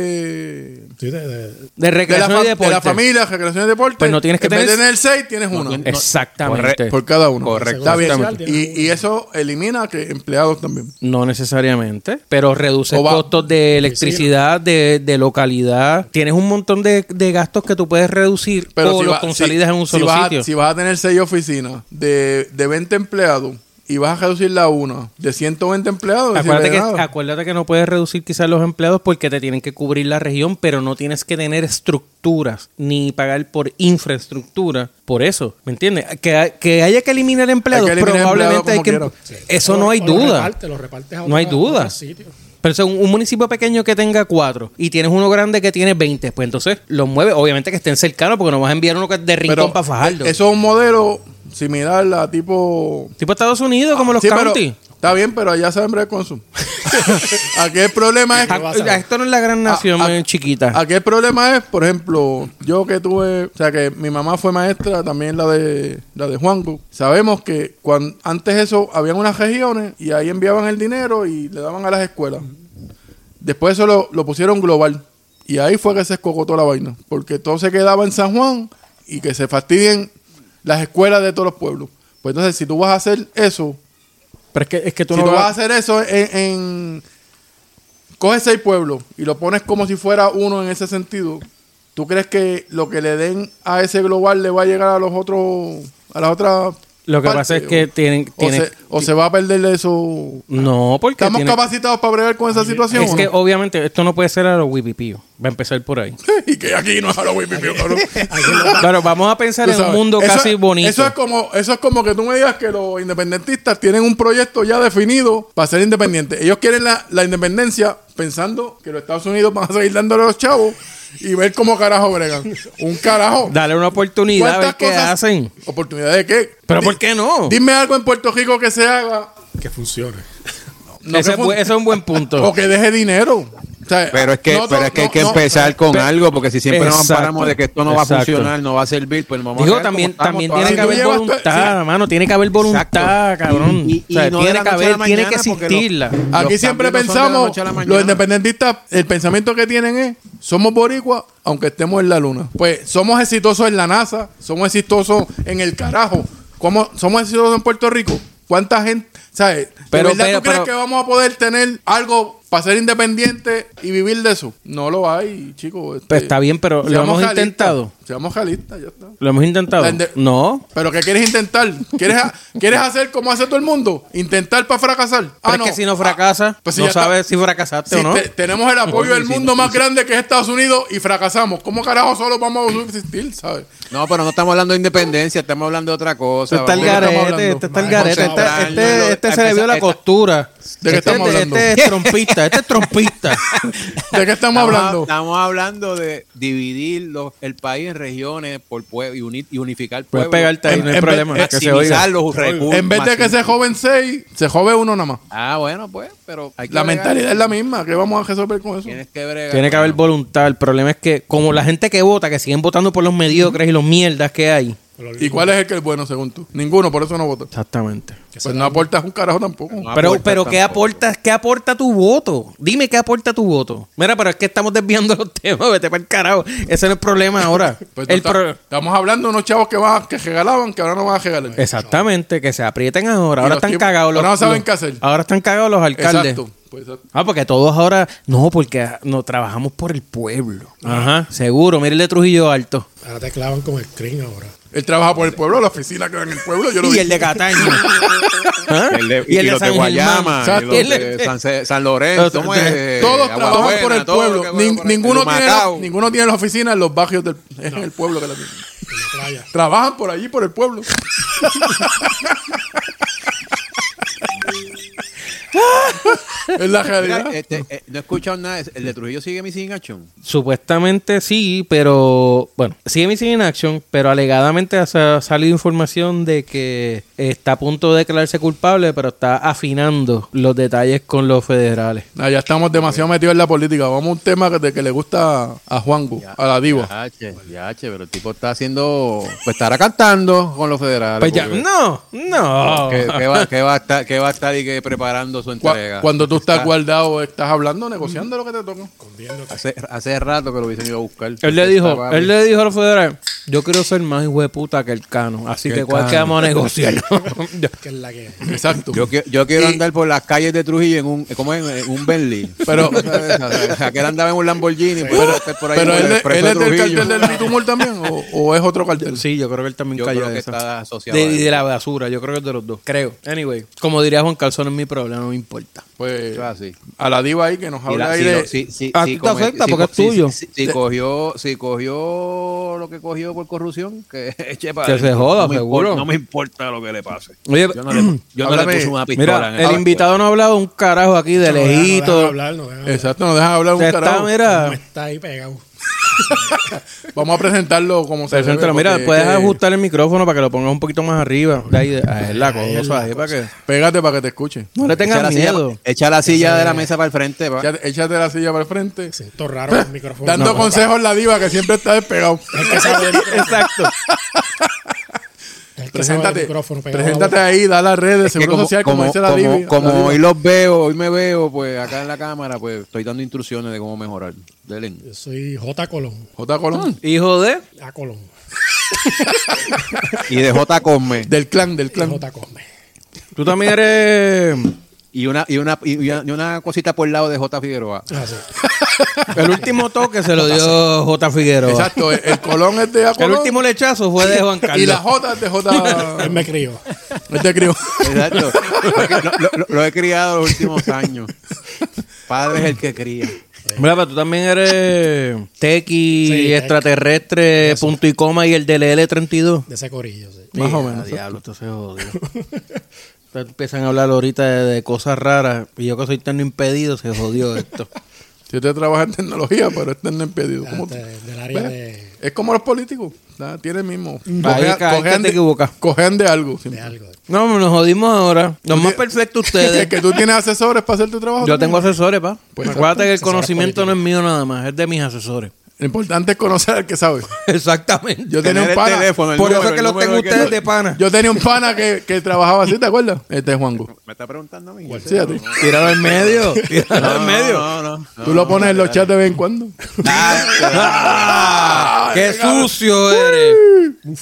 S2: de...
S4: Sí, de- de-
S1: de
S2: De la,
S1: recreación
S2: fa-
S1: y
S2: de
S1: deporte.
S2: la familia, recreación y deporte.
S1: Pues no tienes que
S2: en vez de
S1: tener-
S2: tener seis, tienes uno.
S3: no-
S1: Exactamente.
S3: Correcto.
S2: por cada uno.
S3: Correcto.
S2: Está bien.
S4: Exactamente.
S2: Y, y eso elimina que empleados también.
S1: No necesariamente, pero reduces
S2: O va-
S1: costos de electricidad, de, de localidad. Tienes un montón de, de gastos que tú puedes reducir
S2: Pero
S1: o
S2: si
S1: los
S2: va-
S1: consolidas
S2: si-
S1: en un
S2: si
S1: solo
S2: vas a-
S1: sitio.
S2: si vas a tener seis oficinas de, de 20 empleados y vas a reducirla a una de 120 empleados, no sirve
S1: Acuérdate
S2: de
S1: que,
S2: nada.
S1: acuérdate que no puedes reducir quizás los empleados porque te tienen que cubrir la región, pero no tienes que tener estructuras ni pagar por infraestructura. Por eso, ¿me entiendes? Que, ha- que haya que eliminar empleados,
S2: Hay que eliminar
S1: probablemente
S2: empleados
S1: hay
S2: como
S1: que... Eso
S4: o-
S1: no hay
S4: o Lo
S1: duda.
S4: repartes, lo repartes a
S1: No hay
S4: otra- a
S1: duda.
S4: otros sitios.
S1: Pero si un, un municipio pequeño que tenga cuatro y tienes uno grande que tiene 20, pues entonces los mueve. Obviamente que estén cercanos porque no vas a enviar uno que es de Rincón
S2: Pero
S1: para Fajardo.
S2: Eso es un modelo similar a tipo...
S1: Tipo Estados Unidos, como los
S2: Ah, Sí, pero-
S1: county.
S2: está bien, pero allá saben bregar con
S1: *laughs*
S2: su. Aquí el problema es...
S1: Ah, ah, Esto no es la gran nación
S2: Ah, ah,
S1: eh, chiquita.
S2: Aquí el problema es, por ejemplo, yo que tuve, o sea, que mi mamá fue maestra, también la de la de Juanco. Sabemos que cuando, antes eso habían unas regiones y ahí enviaban el dinero y le daban a las escuelas. Después eso lo, lo pusieron global y ahí fue que se escocotó la vaina, porque todo se quedaba en San Juan y que se fastidien las escuelas de todos los pueblos. Pues entonces, si tú vas a hacer eso,
S1: pero es que, es que tú
S2: si
S1: no
S2: tú
S1: vas-
S2: vas a hacer eso en, en- Coge seis pueblos y lo pones como si fuera uno en ese sentido. ¿Tú crees que lo que le den a ese global le va a llegar a los otros... a las otras...
S1: Lo que
S2: partes?
S1: pasa es que tienen-
S2: O,
S1: tienen-
S2: se, o se va a perder eso...
S1: No, porque
S2: ¿Estamos
S1: tiene-
S2: capacitados para bregar con esa situación
S1: Es
S2: o
S1: que
S2: no?
S1: obviamente esto no puede ser a los Wipipío. Va a empezar por ahí.
S2: *laughs* y que aquí no es a los
S1: *laughs*
S2: Wikipedia, cabrón.
S1: Claro, vamos a pensar
S2: Tú
S1: en un
S2: sabes,
S1: mundo
S2: eso-
S1: casi bonito.
S2: Eso es, como, eso es como que tú me digas que los independentistas tienen un proyecto ya definido para ser independientes. Ellos quieren la, la independencia pensando que los Estados Unidos van a seguir dándole a los chavos y ver cómo carajo bregan. Un carajo.
S1: Dale una oportunidad a ver qué hacen.
S2: ¿Oportunidad de qué?
S1: Pero
S2: Di-
S1: ¿por qué no?
S2: Dime algo en Puerto Rico que se haga
S4: Que funcione.
S2: no
S1: Ese
S2: que
S1: es bu-
S2: fun-
S1: ese es un buen punto.
S2: o que deje dinero. O sea,
S3: Pero es que,
S2: no,
S3: pero
S2: no,
S3: es que hay
S2: no,
S3: que
S2: no.
S3: empezar con algo, porque si siempre nos
S1: Exacto.
S3: amparamos de que esto no va a
S1: Exacto.
S3: funcionar, no va a servir, pues nos vamos a
S1: Digo,
S3: quedar
S1: también,
S3: como estamos
S1: también
S3: todavía.
S1: tiene
S2: Si
S1: que
S2: tú
S1: haber
S2: llevas to-
S1: voluntad,
S2: sí.
S1: mano. Tiene que haber voluntad,
S3: Exacto.
S1: cabrón.
S3: Y- y
S1: O sea,
S3: no de
S1: tiene que
S3: la noche a la
S1: haber, tiene que
S3: mañana, porque los-
S1: existirla.
S2: Aquí
S3: Los
S2: siempre
S3: cambios no son de la
S2: pensamos,
S3: noche a la mañana.
S2: los independentistas, el pensamiento que tienen es, somos boricuas aunque estemos en la luna. Pues somos exitosos en la NASA, somos exitosos en el carajo, ¿Cómo somos exitosos en Puerto Rico? ¿Cuánta gente, sabes? ¿De
S3: Pero,
S2: verdad
S3: pero,
S2: tú crees
S3: pero-
S2: que vamos a poder tener algo para ser independiente y vivir de eso? No lo hay, chicos. este,
S1: Pues está bien, pero lo
S2: seamos
S1: hemos
S2: realistas.
S1: intentado.
S2: Seamos realistas, ya está.
S1: ¿Lo hemos intentado?
S2: La inde-
S1: No.
S2: ¿Pero qué quieres intentar? ¿Quieres, ha- ¿Quieres hacer como hace todo el mundo? ¿Intentar para fracasar?
S1: Pero es que si no fracasas,
S2: Ah, pues si
S1: no
S2: ya está.
S1: sabes si fracasaste
S2: Si
S1: o no.
S2: te- tenemos el apoyo
S3: Oye,
S2: del
S3: sí,
S2: mundo
S3: sí,
S2: más grande que es Estados Unidos y fracasamos. ¿Cómo carajo solo vamos a subsistir, sabes?
S3: No, pero no estamos hablando de independencia, estamos hablando de otra cosa.
S1: Este está el
S2: ¿de qué estamos
S1: garete,
S2: hablando?
S1: este está el
S4: Vamos a
S1: garete. Este,
S3: concentrarnos
S1: este-
S3: en lo-
S1: este se le vio
S3: empezar-
S1: la
S3: esta-
S1: costura.
S2: ¿De
S1: Este-
S2: qué estamos
S1: este,
S2: hablando?
S1: es trompista, este es
S2: *laughs*
S1: trompista.
S2: ¿De qué estamos hablando?
S3: Estamos hablando de dividir los- el país en regiones por pue- y, unir- y unificar
S1: Puedes
S3: pueblos.
S1: pegarte ahí,
S2: En-
S1: no hay
S2: en vez-
S1: problema. Que se
S3: maximizar
S1: oiga.
S3: los recursos.
S2: En vez de que se joven seis, se jove uno nada más.
S3: Ah, bueno, pues, pero hay que
S2: La
S3: bregar.
S2: mentalidad es la misma. ¿Qué vamos a resolver con eso?
S3: Tienes que bregar.
S1: Tiene que haber voluntad. El problema es que, como la gente que vota, que siguen votando por los mediocres y los mierdas que hay.
S2: ¿Y cuál es el que es bueno según tú? Ninguno, por eso no votas.
S1: Exactamente.
S2: Pues no aportas un carajo tampoco.
S3: No
S1: Pero,
S3: aporta
S1: pero ¿qué,
S3: tampoco.
S1: aportas, ¿qué aporta tu voto? Dime qué aporta tu voto. Mira, pero es que estamos desviando *laughs* los temas. Vete para el carajo. Ese no es el problema ahora.
S2: Pues tú
S1: el
S2: está-
S1: pro-
S2: Estamos hablando de unos chavos que, van, que regalaban, que ahora no van a regalar.
S1: Exactamente, que se aprieten ahora.
S2: Y
S1: Ahora
S2: los
S1: están
S2: tipos-
S1: cagados los
S2: ahora no saben
S1: los-
S2: qué hacer.
S1: Ahora están cagados los alcaldes.
S2: Exacto. Pues, exacto.
S1: Ah, porque todos ahora. No, porque no trabajamos por el pueblo. Ajá, seguro. Mira el de Trujillo Alto.
S4: Ahora te clavan con screen ahora.
S2: Él trabaja por el pueblo, la oficina queda en el pueblo, yo lo
S1: Y
S2: vi.
S1: el de
S2: *laughs*
S1: Cataño. ¿Ah?
S3: Y el de- Y los de Guayama,
S1: Germán.
S2: Exacto.
S3: y los
S1: Y el
S3: de
S1: de-
S3: San, Ce- San Lorenzo, ¿cómo es? Eh,
S2: Todos
S3: Agua
S2: trabajan
S3: Buena,
S2: por el
S3: todo lo que
S2: pueblo.
S3: puede
S2: Nin-
S3: por el-
S2: ninguno, tiene la,
S3: Humacao.
S2: ninguno tiene la oficina en los barrios del es en el pueblo que la tiene.
S4: En la playa.
S2: Trabajan por allí, por el
S3: *laughs*
S2: pueblo. es la
S3: Mira,
S2: realidad.
S3: este, eh, no he escuchado nada. El de Trujillo sigue mi sin action.
S1: Supuestamente sí, pero bueno, sigue Missing in Action, pero alegadamente ha sa- salido información de que está a punto de declararse culpable, pero está afinando los detalles con los federales.
S2: Nah, Ah, ya estamos demasiado
S3: eh.
S2: metidos en la política. Vamos a un tema que, de que le gusta a Juango, a la diva.
S3: Ya, che, ya, che, pero el tipo está haciendo. Pues estará cantando con los federales.
S1: Pues ya,
S3: porque-
S1: no, no.
S3: ¿Qué, qué va, qué va a estar, qué va a estar y que preparando su
S2: Cu-
S3: entrega?
S2: Cuando tú estás guardado, estás hablando, negociando lo que te toca.
S3: Hace, hace rato que lo hubiesen ido a buscar.
S1: Él le
S3: Está,
S1: dijo,
S3: papi.
S1: él le dijo a los federales, yo quiero ser más hijo de puta que el cano, así
S3: Que
S1: que
S3: el
S1: cuál que
S3: Cano.
S1: vamos a
S3: *laughs*
S1: negociar. *laughs*
S4: Que es la que es.
S2: Exacto.
S3: Yo, qui- yo quiero andar por las calles de Trujillo en un, ¿cómo es? En un
S1: *laughs*
S3: Bentley.
S2: Pero-
S3: *laughs* aquel andaba en un Lamborghini. pues,
S2: pero
S3: estar por ahí
S2: pero
S3: por el
S2: él,
S3: expreso
S2: él es del
S3: Trujillo.
S2: cartel del Bitumor también, o, o es otro cartel.
S1: sí, yo creo que él también
S3: Yo
S1: cayó
S3: creo que
S1: de esa.
S3: está asociado.
S1: De,
S3: a eso.
S1: de la basura, yo creo que es de los dos. Creo. Anyway, como diría Juan Calzón, es mi problema, no me importa.
S2: Pues
S3: Eso es así.
S2: a la diva ahí que nos
S3: Y
S2: habla
S3: la-
S2: ahí
S3: si
S2: de.
S3: lo- si- si-
S1: Ah,
S3: si
S1: tú te
S3: come-
S1: afecta
S3: si
S1: porque
S3: co-
S1: es
S3: si-
S1: tuyo.
S3: Si, si cogió, si cogió lo que cogió por corrupción, que *laughs* eche para
S1: Que
S3: adentro.
S1: se joda,
S3: No me
S1: seguro.
S3: importa- no me importa lo que le pase.
S1: Oye,
S3: Yo *clears throat* no le, yo no le
S2: háblame-
S3: puse una pistola.
S1: Mira,
S3: en
S1: el
S3: esa-
S1: invitado no ha hablado un carajo aquí de
S4: No dejan- No dejan
S1: lejito.
S4: hablar, no dejan hablar.
S2: Exacto, nos dejan hablar un
S1: Se está,
S2: carajo.
S4: Como
S1: mira,
S4: está ahí pegado.
S2: Vamos a presentarlo como se debe,
S1: preséntalo. Mira,
S2: porque
S1: puedes
S2: es que-
S1: ajustar el micrófono para que lo pongas un poquito más arriba. De ahí, de- ah, es la cosa, ahí para que
S2: Pégate para que te escuche.
S1: no le
S3: Echa la
S1: tengas
S3: silla-
S1: miedo.
S3: Echa la silla de la mesa para el frente. va.
S2: Échate, échate la silla para el frente.
S4: Siento raro el micrófono.
S2: Dando consejos la diva que siempre está despegado.
S4: Hay que saber el micrófono.
S1: Exacto.
S4: Hay que saber el
S2: Preséntate,
S4: micrófono pegado a la
S2: preséntate
S4: boca.
S2: ahí, da las redes,
S3: Es que
S2: *laughs* seguro
S3: como,
S2: social, como,
S3: como-
S2: dice la
S3: como-
S2: diva.
S3: como
S2: la diva.
S3: hoy los veo, hoy me veo, pues acá en la cámara, pues estoy dando instrucciones de cómo mejorar. Delen.
S4: Yo soy J. Colón.
S2: J.
S1: Mm.
S2: Colón.
S1: Hijo de.
S4: A Colón.
S3: Y de J. Cosme.
S2: Del clan, del clan.
S4: J. Cosme.
S1: Tú también eres
S3: Y una, y una, y una, y una cosita por el lado de J. Figueroa.
S4: Así.
S1: el último toque se lo dio J. Figueroa.
S2: Exacto, el, el Colón es de A.
S1: El
S2: Colón
S1: último lechazo fue de *laughs* Juan
S2: y la
S1: Carlos.
S2: J es de J.
S4: *laughs* Él me crió.
S2: Él te crió.
S3: Exacto. Porque lo, lo- lo he criado los últimos años. Padre es el que cría.
S1: Mira, pero tú también eres tequi,
S4: Sí, tec.
S1: extraterrestre, punto y coma y el del L32.
S4: De ese corillo, sí.
S1: Más o menos. Diablo, esto se jodió. Entonces Empiezan a hablar ahorita de, de cosas raras. Y yo que soy tan impedido, se jodió esto.
S2: Si usted trabaja en tecnología, pero está en impedido. ¿Cómo tú?
S4: De- Este, del área de,
S2: Es como los políticos, ¿sabes? tiene el mismo.
S1: Ahí
S2: Cojean-
S1: ca- ahí que te
S2: cojean de-
S1: equivocas.
S2: cojean de algo.
S4: de
S2: siempre.
S4: algo.
S1: *laughs* No, nos jodimos ahora. Los más
S2: tie-
S1: perfectos
S2: *laughs*
S1: *laughs*
S2: Es que
S1: ustedes.
S2: tú tienes asesores para hacer tu trabajo.
S1: Yo
S2: también.
S1: tengo asesores, pa.
S2: Pues,
S1: Acuérdate que el
S4: asesores
S1: conocimiento no es mío nada más, es de mis asesores.
S2: Lo importante es conocer al que sabe.
S1: *laughs* Exactamente.
S2: Yo tenía un
S3: el
S2: pana.
S3: teléfono, el
S1: Por eso
S3: número,
S1: es que
S3: el
S1: los
S3: número
S1: tengo
S3: que-
S1: ustedes de pana.
S2: Yo tenía un pana que, que trabajaba así, ¿te acuerdas? Este es Juango.
S3: Me está preguntando a mí.
S2: Sí, a ti.
S1: Tíralo en medio. *laughs* Tíralo en medio.
S3: No, no, no.
S1: *laughs*
S2: Tú lo pones en los chats de vez en cuando.
S3: Ah,
S1: ¡Qué
S2: cabrón!
S1: sucio eres!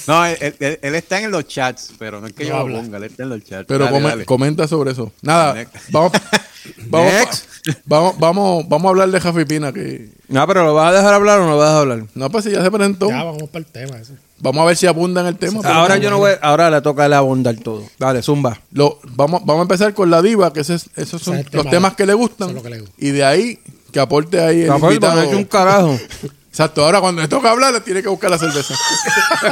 S3: No, él, él- él está en los chats, pero no es que
S4: No
S3: yo
S4: habla.
S3: lo ponga, él está en los chats.
S2: Pero
S3: Dale,
S2: come-
S3: dale.
S2: comenta sobre eso. Nada,
S3: Next.
S1: *laughs*
S2: vamos, vamos,
S3: Next.
S2: vamos, vamos, vamos a hablar de Jafi Pina que
S1: No, pero ¿lo vas a dejar hablar o no lo vas a dejar hablar?
S2: no pues si ya se presentó.
S4: Ya vamos para el tema. ese.
S2: Vamos a ver si abunda en el tema. pero-
S1: Ahora yo no voy, ahora le toca a él abundar todo. Dale, zumba.
S2: Lo- vamos, vamos a empezar con la diva, que ese es- esos son
S4: Ese es el
S2: los
S4: tema.
S2: temas que le gustan.
S4: Eso es lo que le gusta.
S2: Y de ahí, que aporte ahí el
S1: Rafael,
S2: invitado.
S1: me he hecho un carajo.
S2: Exacto, ahora cuando le toca hablar, le tiene que buscar la
S4: *laughs*
S2: cerveza.
S1: *laughs*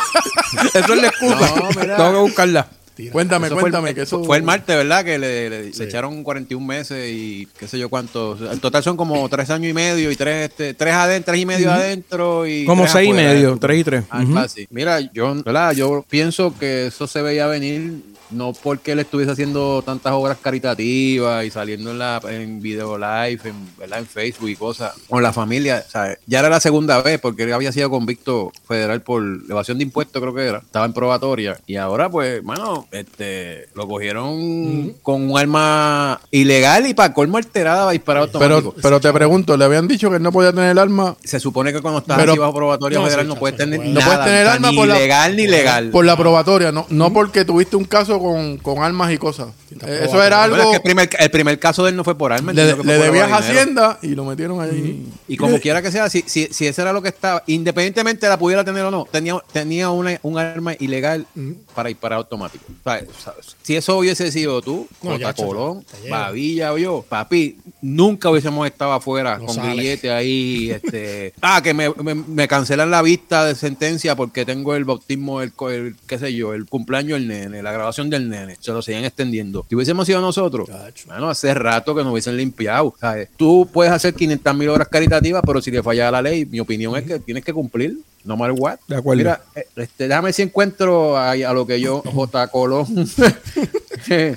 S1: Eso es la excusa. *laughs*
S3: No, mira.
S1: Tengo que buscarla.
S2: cuéntame,
S3: Eso fue el-
S2: cuéntame. que eso...
S3: Fue el martes, ¿verdad? Que le, le- le echaron 41 meses y qué sé yo cuántos. En total son como tres años y medio y tres, este, tres adentro, tres y medio adentro y.
S1: Como
S3: tres
S1: seis y
S3: afuera.
S1: medio, tres y tres.
S3: Algo así. Ah, Mira, yo, ¿verdad? yo pienso que eso se veía venir no porque él estuviese haciendo tantas obras caritativas y saliendo en, la, en video live, en, ¿verdad? en Facebook y cosas, con la familia. o sea, Ya era la segunda vez porque él había sido convicto federal por evasión de impuestos, creo que era. Estaba en probatoria. Y ahora, pues, mano, este, lo cogieron con un arma ilegal y para colmo alterada, disparado
S2: pero,
S3: automático.
S2: pero te pregunto, le habían dicho que él no podía tener el arma
S3: se supone que cuando estás
S2: Pero-
S3: aquí bajo probatoria
S4: No,
S3: federal
S4: sí,
S3: no
S4: chacho,
S3: puedes tener
S4: no
S3: nada,
S2: puedes tener
S3: o sea,
S2: arma
S3: ni
S2: por la-
S3: legal ni legal.
S2: por la probatoria, no, no porque tuviste un caso con, con armas y cosas. Eh, Eso era
S3: Bueno,
S2: algo.
S3: es que el, primer, el primer caso de él no fue por arma.
S2: Le,
S3: entiendo que fue
S2: le
S3: por
S2: debías
S3: lavado de dinero.
S2: Hacienda y lo metieron ahí. *laughs*
S3: Y como quiera que sea, si, si, si esa era lo que estaba, independientemente la pudiera tener o no, tenía, tenía una- un arma ilegal
S2: Mm.
S3: para disparar automático. O sea, o sea, si eso hubiese sido tú,
S4: No, ya,
S3: Jota
S4: chacho,
S3: Colón,
S4: te llevo.
S3: Babilla o yo, papi, nunca hubiésemos estado afuera
S4: No
S3: con
S4: sale.
S3: billete
S4: *laughs*
S3: ahí. este Ah, que me, me- me cancelan la vista de sentencia porque tengo el bautismo, el, co- el qué sé yo, el cumpleaños del nene, la grabación del nene. Se lo seguían extendiendo. Si hubiésemos sido nosotros,
S4: Chacho.
S3: Mano, hace rato que nos hubiesen limpiado. ¿sabes? Tú puedes hacer 500 mil obras caritativas, pero si le falla la ley, mi opinión es que tienes que cumplir, no matter what.
S1: De acuerdo.
S3: Mira, eh, este, déjame si encuentro a, a lo que
S1: *laughs*
S3: yo, J. Colón, *laughs* eh,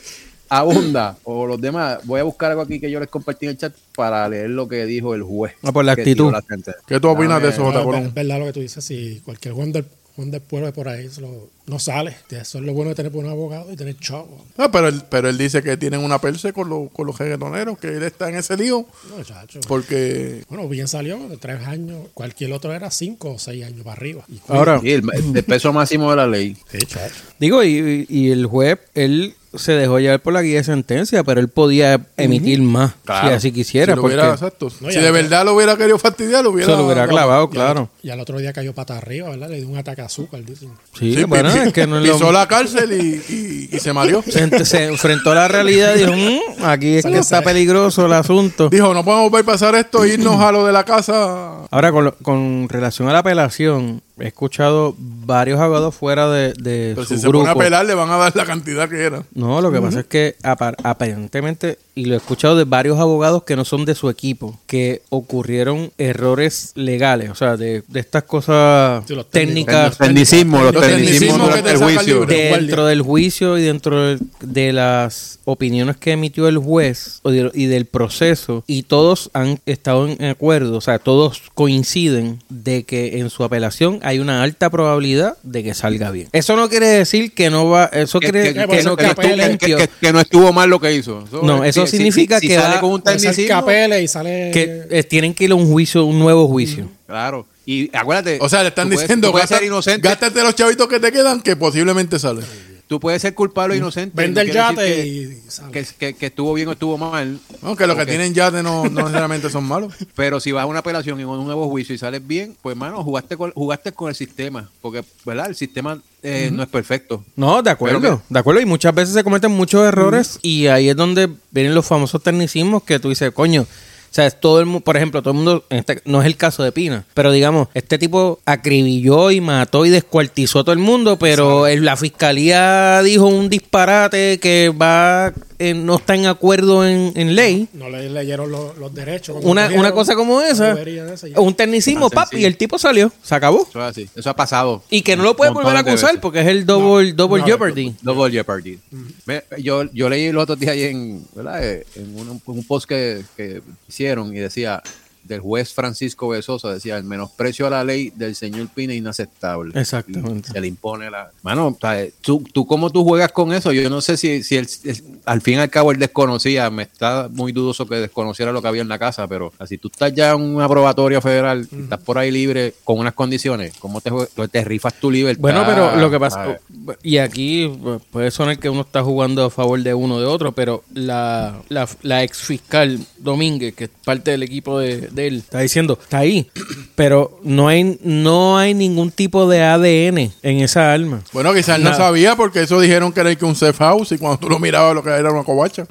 S3: abunda, o los demás. Voy a buscar algo aquí que yo les compartí en el chat para leer lo que dijo el juez.
S1: Ah, por la
S3: que
S1: actitud.
S3: dio la sentencia.
S2: ¿Qué tú opinas de
S3: Dame-
S2: eso, Jota
S4: No,
S2: Colón?
S4: es verdad lo que tú dices. Si cualquier Juan del, Juan del pueblo de por ahí se lo- no sale. Eso es lo bueno de tener por un abogado y tener chavo.
S2: Ah, pero, él, pero él dice que tienen una perse con, los con los reggaetoneros, que él está en ese lío
S4: No, chacho.
S2: porque
S4: Bueno, bien salió de tres años. Cualquier otro era cinco o seis años para arriba. Y
S2: Ah.
S4: cu-
S1: Ahora,
S3: Sí, el, el peso máximo de la ley.
S4: Sí, chacho.
S1: digo, y, y- y el juez, él se dejó llevar por la guía de sentencia, pero él podía emitir más si
S3: Claro.
S1: así
S2: si,
S1: quisiera.
S2: lo
S1: porque
S2: hubiera, exacto, si
S4: ya,
S2: de
S4: ya.
S2: verdad lo hubiera querido fastidiar, lo hubiera,
S1: se lo hubiera clavado,
S2: Oh,
S1: claro.
S4: Y al otro día cayó pata arriba, ¿verdad? Le dio un ataque a azúcar. Dicen.
S1: Sí,
S2: Sí,
S1: bueno,
S2: pi-
S1: es que no *laughs* es lo-
S2: pisó la cárcel y, y- y se
S1: *laughs*
S2: mareó.
S1: se, ent- se enfrentó a la realidad y dijo, "Mm, aquí es que está peligroso el asunto.
S2: Dijo, no podemos ver pasar esto e irnos a lo de la casa.
S1: Ahora, con, lo- con relación a la apelación, he escuchado varios abogados fuera de, de
S2: Pero
S1: su
S2: si se
S1: grupo. Eh,
S2: pone a pelar, le van a dar la cantidad que era.
S1: No, lo que pasa es que apa- aparentemente, y lo he escuchado de varios abogados que no son de su equipo, que ocurrieron errores legales, o sea, de, de estas cosas
S4: Sí, los
S1: técnicas
S3: Tecnicismo, los
S2: Los tecnicismos
S3: tecnicismos
S2: que te
S3: durante el
S2: sacan
S3: juicio.
S2: libre.
S1: dentro del juicio y dentro del- de las opiniones que emitió el juez o de- y del proceso y todos han estado en acuerdo, o sea, todos coinciden de que en su apelación hay una alta probabilidad de que salga bien. Eso no quiere decir que no va, eso
S3: que,
S1: quiere
S3: que-
S1: que,
S4: por eso
S1: no
S4: que
S1: que esté
S4: apele,
S3: que- que-
S1: limpio.
S3: que- que no estuvo mal lo que hizo. Eso-
S1: No, eso
S3: si- si-
S1: significa
S3: si
S1: que
S3: sale
S1: va-
S3: con un
S4: Puede ser
S3: tecnicismo,
S4: capele y sale.
S1: que eh, tienen que ir a un juicio, un nuevo juicio.
S3: Claro. Y acuérdate.
S2: O sea, le están
S3: tú puedes-
S2: diciendo,
S3: tú puedes ser
S2: "Gasta-
S3: inocente.
S2: gástate los chavitos que te quedan, que posiblemente sale.
S3: Tú puedes ser culpable o inocente.
S4: Mm. Vende
S3: no
S4: el
S3: quiere decir
S4: yate
S3: que-
S4: y sale.
S3: Que, que- que estuvo bien o estuvo mal.
S2: Aunque los
S3: Ok.
S2: que tienen yate no, no necesariamente son malos.
S3: Pero si vas a una apelación y un nuevo juicio y sales bien, pues, mano, jugaste con, jugaste con el sistema. Porque, ¿verdad? El sistema eh, no es perfecto.
S1: No, de acuerdo,
S3: Pero que-
S1: de acuerdo. Y muchas veces se cometen muchos
S4: Mm.
S1: errores y ahí es donde vienen los famosos tecnicismos que tú dices, coño. O sea, es todo el mundo, por ejemplo, todo el mundo, en este- no es el caso de Pina, pero digamos, este tipo acribilló y mató y descuartizó a todo el mundo, pero el- la fiscalía dijo un disparate que va, eh, no está en acuerdo en, en ley.
S4: No le leyeron los, los derechos. cuando
S1: Una,
S4: cogieron,
S1: una cosa como esa,
S4: bobería de esa y-
S1: un tecnicismo,
S3: Tan
S1: pap, y
S3: sencillo.
S1: el tipo salió, se acabó.
S3: Eso es así. Eso ha pasado.
S1: Y que no lo puede volver a
S3: Montones de
S1: acusar
S3: veces.
S1: porque es el double, double
S4: no,
S1: jeopardy.
S3: Double Jeopardy. Ve, Yo, yo leí los otros días ahí en, ¿verdad? Eh, en un, un post que, que hicieron y decía, del juez Francisco Besosa, decía, el menosprecio a la ley del señor Pina es inaceptable.
S1: Exactamente.
S3: Y Se le impone la... Mano, o sea, eh, tú, tú cómo tú juegas con eso, yo no sé si, si el- el- al fin y al cabo él desconocía, me está muy dudoso que desconociera lo que había en la casa, pero así tú estás ya en una probatoria federal, y estás por ahí libre con unas condiciones, ¿cómo te, jue- tú te rifas tu libertad?
S1: Bueno, pero lo que pasa,
S3: ¿sabes?
S1: y aquí pues, puede sonar que uno está jugando a favor de uno o de otro, pero la, la, la ex fiscal Domínguez, que es parte del equipo de, de él, está diciendo, está ahí, pero no hay, no hay ningún tipo de ADN en esa alma.
S2: Bueno, quizás él no sabía porque eso dijeron que era que un safe house y cuando tú lo mirabas lo que era una covacha.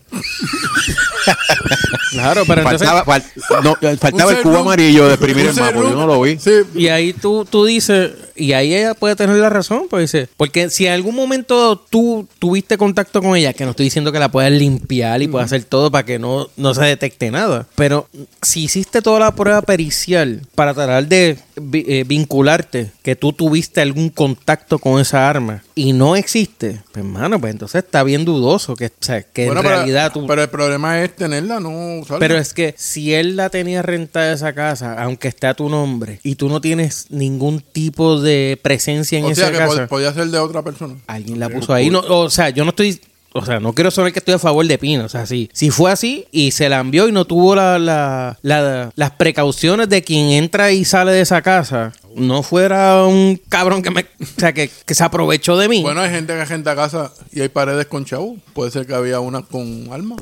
S1: Claro, pero entonces...
S3: Faltaba, fal- no, faltaba
S2: *laughs* Un
S3: el cubo
S2: safe room.
S3: amarillo
S2: *laughs*
S3: de exprimir
S2: Un
S3: el
S2: safe
S3: mapa, yo
S2: room.
S3: no lo vi.
S2: Sí,
S1: Y ahí tú, tú dices, y ahí ella puede tener la razón, pues dice, porque si en algún momento tú tuviste contacto con ella, que no estoy diciendo que la puedas limpiar y puedas hacer todo para que no, no se detecte nada, pero si hiciste toda la prueba pericial para tratar de vi- eh, vincularte, que tú tuviste algún contacto con esa arma y no existe, pues hermano, pues entonces está bien dudoso que, o sea, que
S2: Bueno,
S1: en
S2: pero-
S1: realidad tú...
S2: Pero el problema es tenerla, no usarla.
S1: Pero es que si él la tenía rentada esa casa, aunque está a tu nombre, y tú no tienes ningún tipo de presencia en
S2: o
S1: esa
S2: sea, que Eh,
S1: casa,
S2: pod- podía ser de otra persona.
S1: alguien la puso ahí. No, o sea, yo no estoy. O sea, no quiero saber que estoy a favor de Pino. O sea, sí. Si fue así y se la envió y no tuvo la, la- la- las precauciones de quien entra y sale de esa casa, no fuera un cabrón que me. O sea, que, que se aprovechó de mí.
S2: Bueno, hay gente que gente a casa y hay paredes con chavo. Puede ser que había una con alma.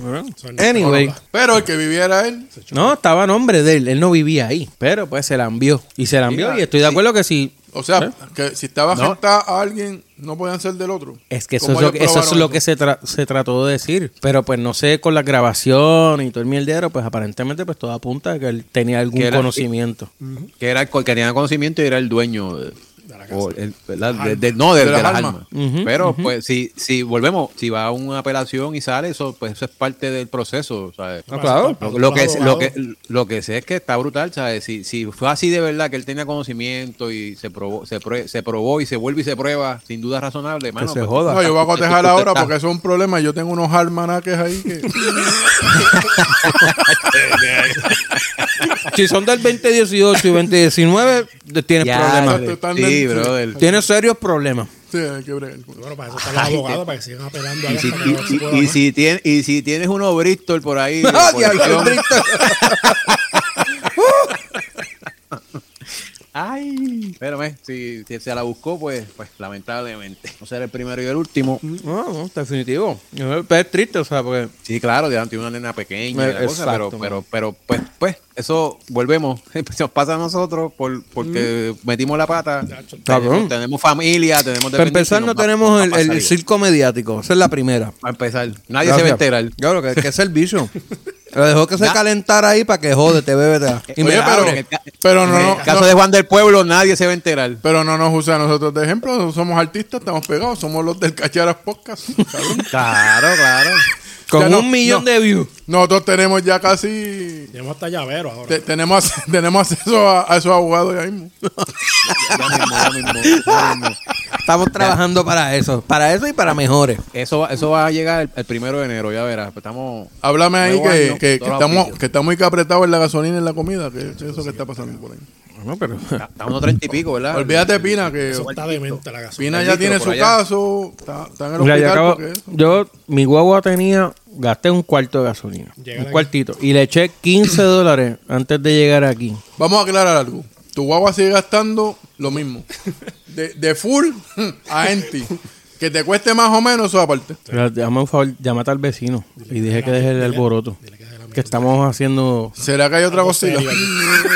S1: anyway.
S2: Pero el que viviera él.
S1: No, estaba a nombre de él. Él no vivía ahí. Pero pues se la envió. Y se la envió. Y estoy de acuerdo que si
S2: O sea,
S1: ¿Eh?
S2: que si estaba agentada a alguien, no podían ser del otro.
S1: Es que eso
S2: ¿Cómo
S1: es lo
S2: ellos
S1: que, eso es
S2: probaron
S1: lo que se, tra- se trató de decir. Pero pues no sé, con la grabación y todo el mierdero, pues aparentemente pues todo apunta a que él tenía algún
S3: Que era-
S1: conocimiento.
S3: que era el co- que tenía conocimiento y era el dueño de,
S4: la
S3: o el- ¿verdad? De- de- no de,
S2: De
S3: de
S2: las
S3: las
S2: armas.
S3: armas pero pues si si volvemos si va a una apelación y sale eso pues eso es parte del proceso ¿sabes?
S1: Ah, claro.
S3: Lo, lo que es- lo que lo que sé es que está brutal sabes si si fue así de verdad que él tenía conocimiento y se probó se, prue- se probó y se vuelve y se prueba sin duda razonable mano,
S1: se
S3: pues,
S1: joda.
S2: No, yo voy a
S1: *laughs*
S3: usted-
S2: cotejar
S3: usted
S2: ahora
S3: está-
S2: porque eso es un problema. Yo tengo unos almanaques ahí que.
S1: *laughs*
S2: *laughs*
S1: Si son del 2018 y 2019, de- tienes
S3: Ya,
S1: problemas.
S2: Esto está en
S3: sí,
S2: el-
S3: brother.
S1: Tienes serios problemas.
S2: Sí, hay que bregar.
S4: Bueno, para eso están los abogados, para que sigan apelando a
S3: eh, Y
S4: hasta
S3: si,
S4: que no se
S3: y-
S4: pueda
S3: y- y
S4: más.
S3: si tien- y si tienes uno Bristol por ahí. de
S1: *laughs* ¡Ah, diablo,
S3: colección.
S1: Bristol!
S3: *laughs* Ay. Pero ve, si, si se la buscó, pues, pues lamentablemente. No será el primero y el último.
S1: No, no, definitivo. Pero es triste, o sea, porque
S3: Sí, claro, ya tiene una nena pequeña, y la
S1: Eh,
S3: cosa,
S1: exacto,
S3: pero, pero, pero, pues, pues, eso volvemos. *laughs* Nos pasa a nosotros por, porque metimos la pata.
S1: Mm. Cabrón.
S3: Tenemos, tenemos familia, tenemos
S1: para empezar no tenemos el, el circo mediático. Esa es la primera.
S3: Para empezar, nadie se va a
S1: Gracias.
S3: enterar.
S1: Claro,
S3: *laughs*
S1: que, que servicio. Lo dejó que se calentara ahí para que jódete, bebete.
S3: Eh,
S1: Y
S2: Oye,
S1: me
S2: pero-
S1: abre.
S2: pero no,
S3: en
S2: no,
S3: el caso
S2: no.
S3: de Juan del Pueblo, nadie se va a enterar.
S2: Pero no nos usa a nosotros de ejemplo. Nosotros somos artistas, estamos pegados. Somos los del Cacharas Podcast. *laughs* cabrón.
S3: Claro, claro.
S1: Con
S2: Ya no,
S1: un millón
S2: no.
S1: de views.
S2: Nosotros tenemos ya casi.
S4: Tenemos hasta llavero ahora.
S2: te- tenemos, *laughs* tenemos acceso a, a esos abogados ya mismo. *laughs*
S3: Ya mismo, ya mismo, ya mismo.
S1: Estamos trabajando para eso, para eso y para mejores.
S3: *laughs* Eso, va- eso va a llegar el, el primero de enero, ya verás. Pues Estamos.
S2: Háblame ahí
S3: Nuevo
S2: que,
S3: año,
S2: que- que
S3: todos los
S2: estamos,
S3: auspicios.
S2: que estamos muy que apretados en la gasolina y en la comida. Que es eso que está pasando por ahí.
S3: Estamos a treinta y pico, ¿verdad?
S2: Olvídate, Pina, que
S4: Eso está demente la gasolina.
S2: Pina
S3: el
S2: ya
S3: micro
S2: tiene
S3: por
S2: su
S3: allá.
S2: caso. Está, está en el hospital.
S1: yo,
S2: porque eso-
S1: mi guagua tenía, gasté un cuarto de gasolina,
S4: Llegar
S1: un
S4: aquí.
S1: cuartito, y le eché 15 dólares antes de llegar aquí.
S2: Vamos a aclarar algo. Tu guagua sigue gastando lo mismo. De, de full hmm, a empty. Que te cueste más o menos eso aparte.
S1: Pero Dame un favor, llámate al vecino y dije que deje el alboroto, que estamos haciendo...
S2: ¿Será que hay otra cosita?
S4: serio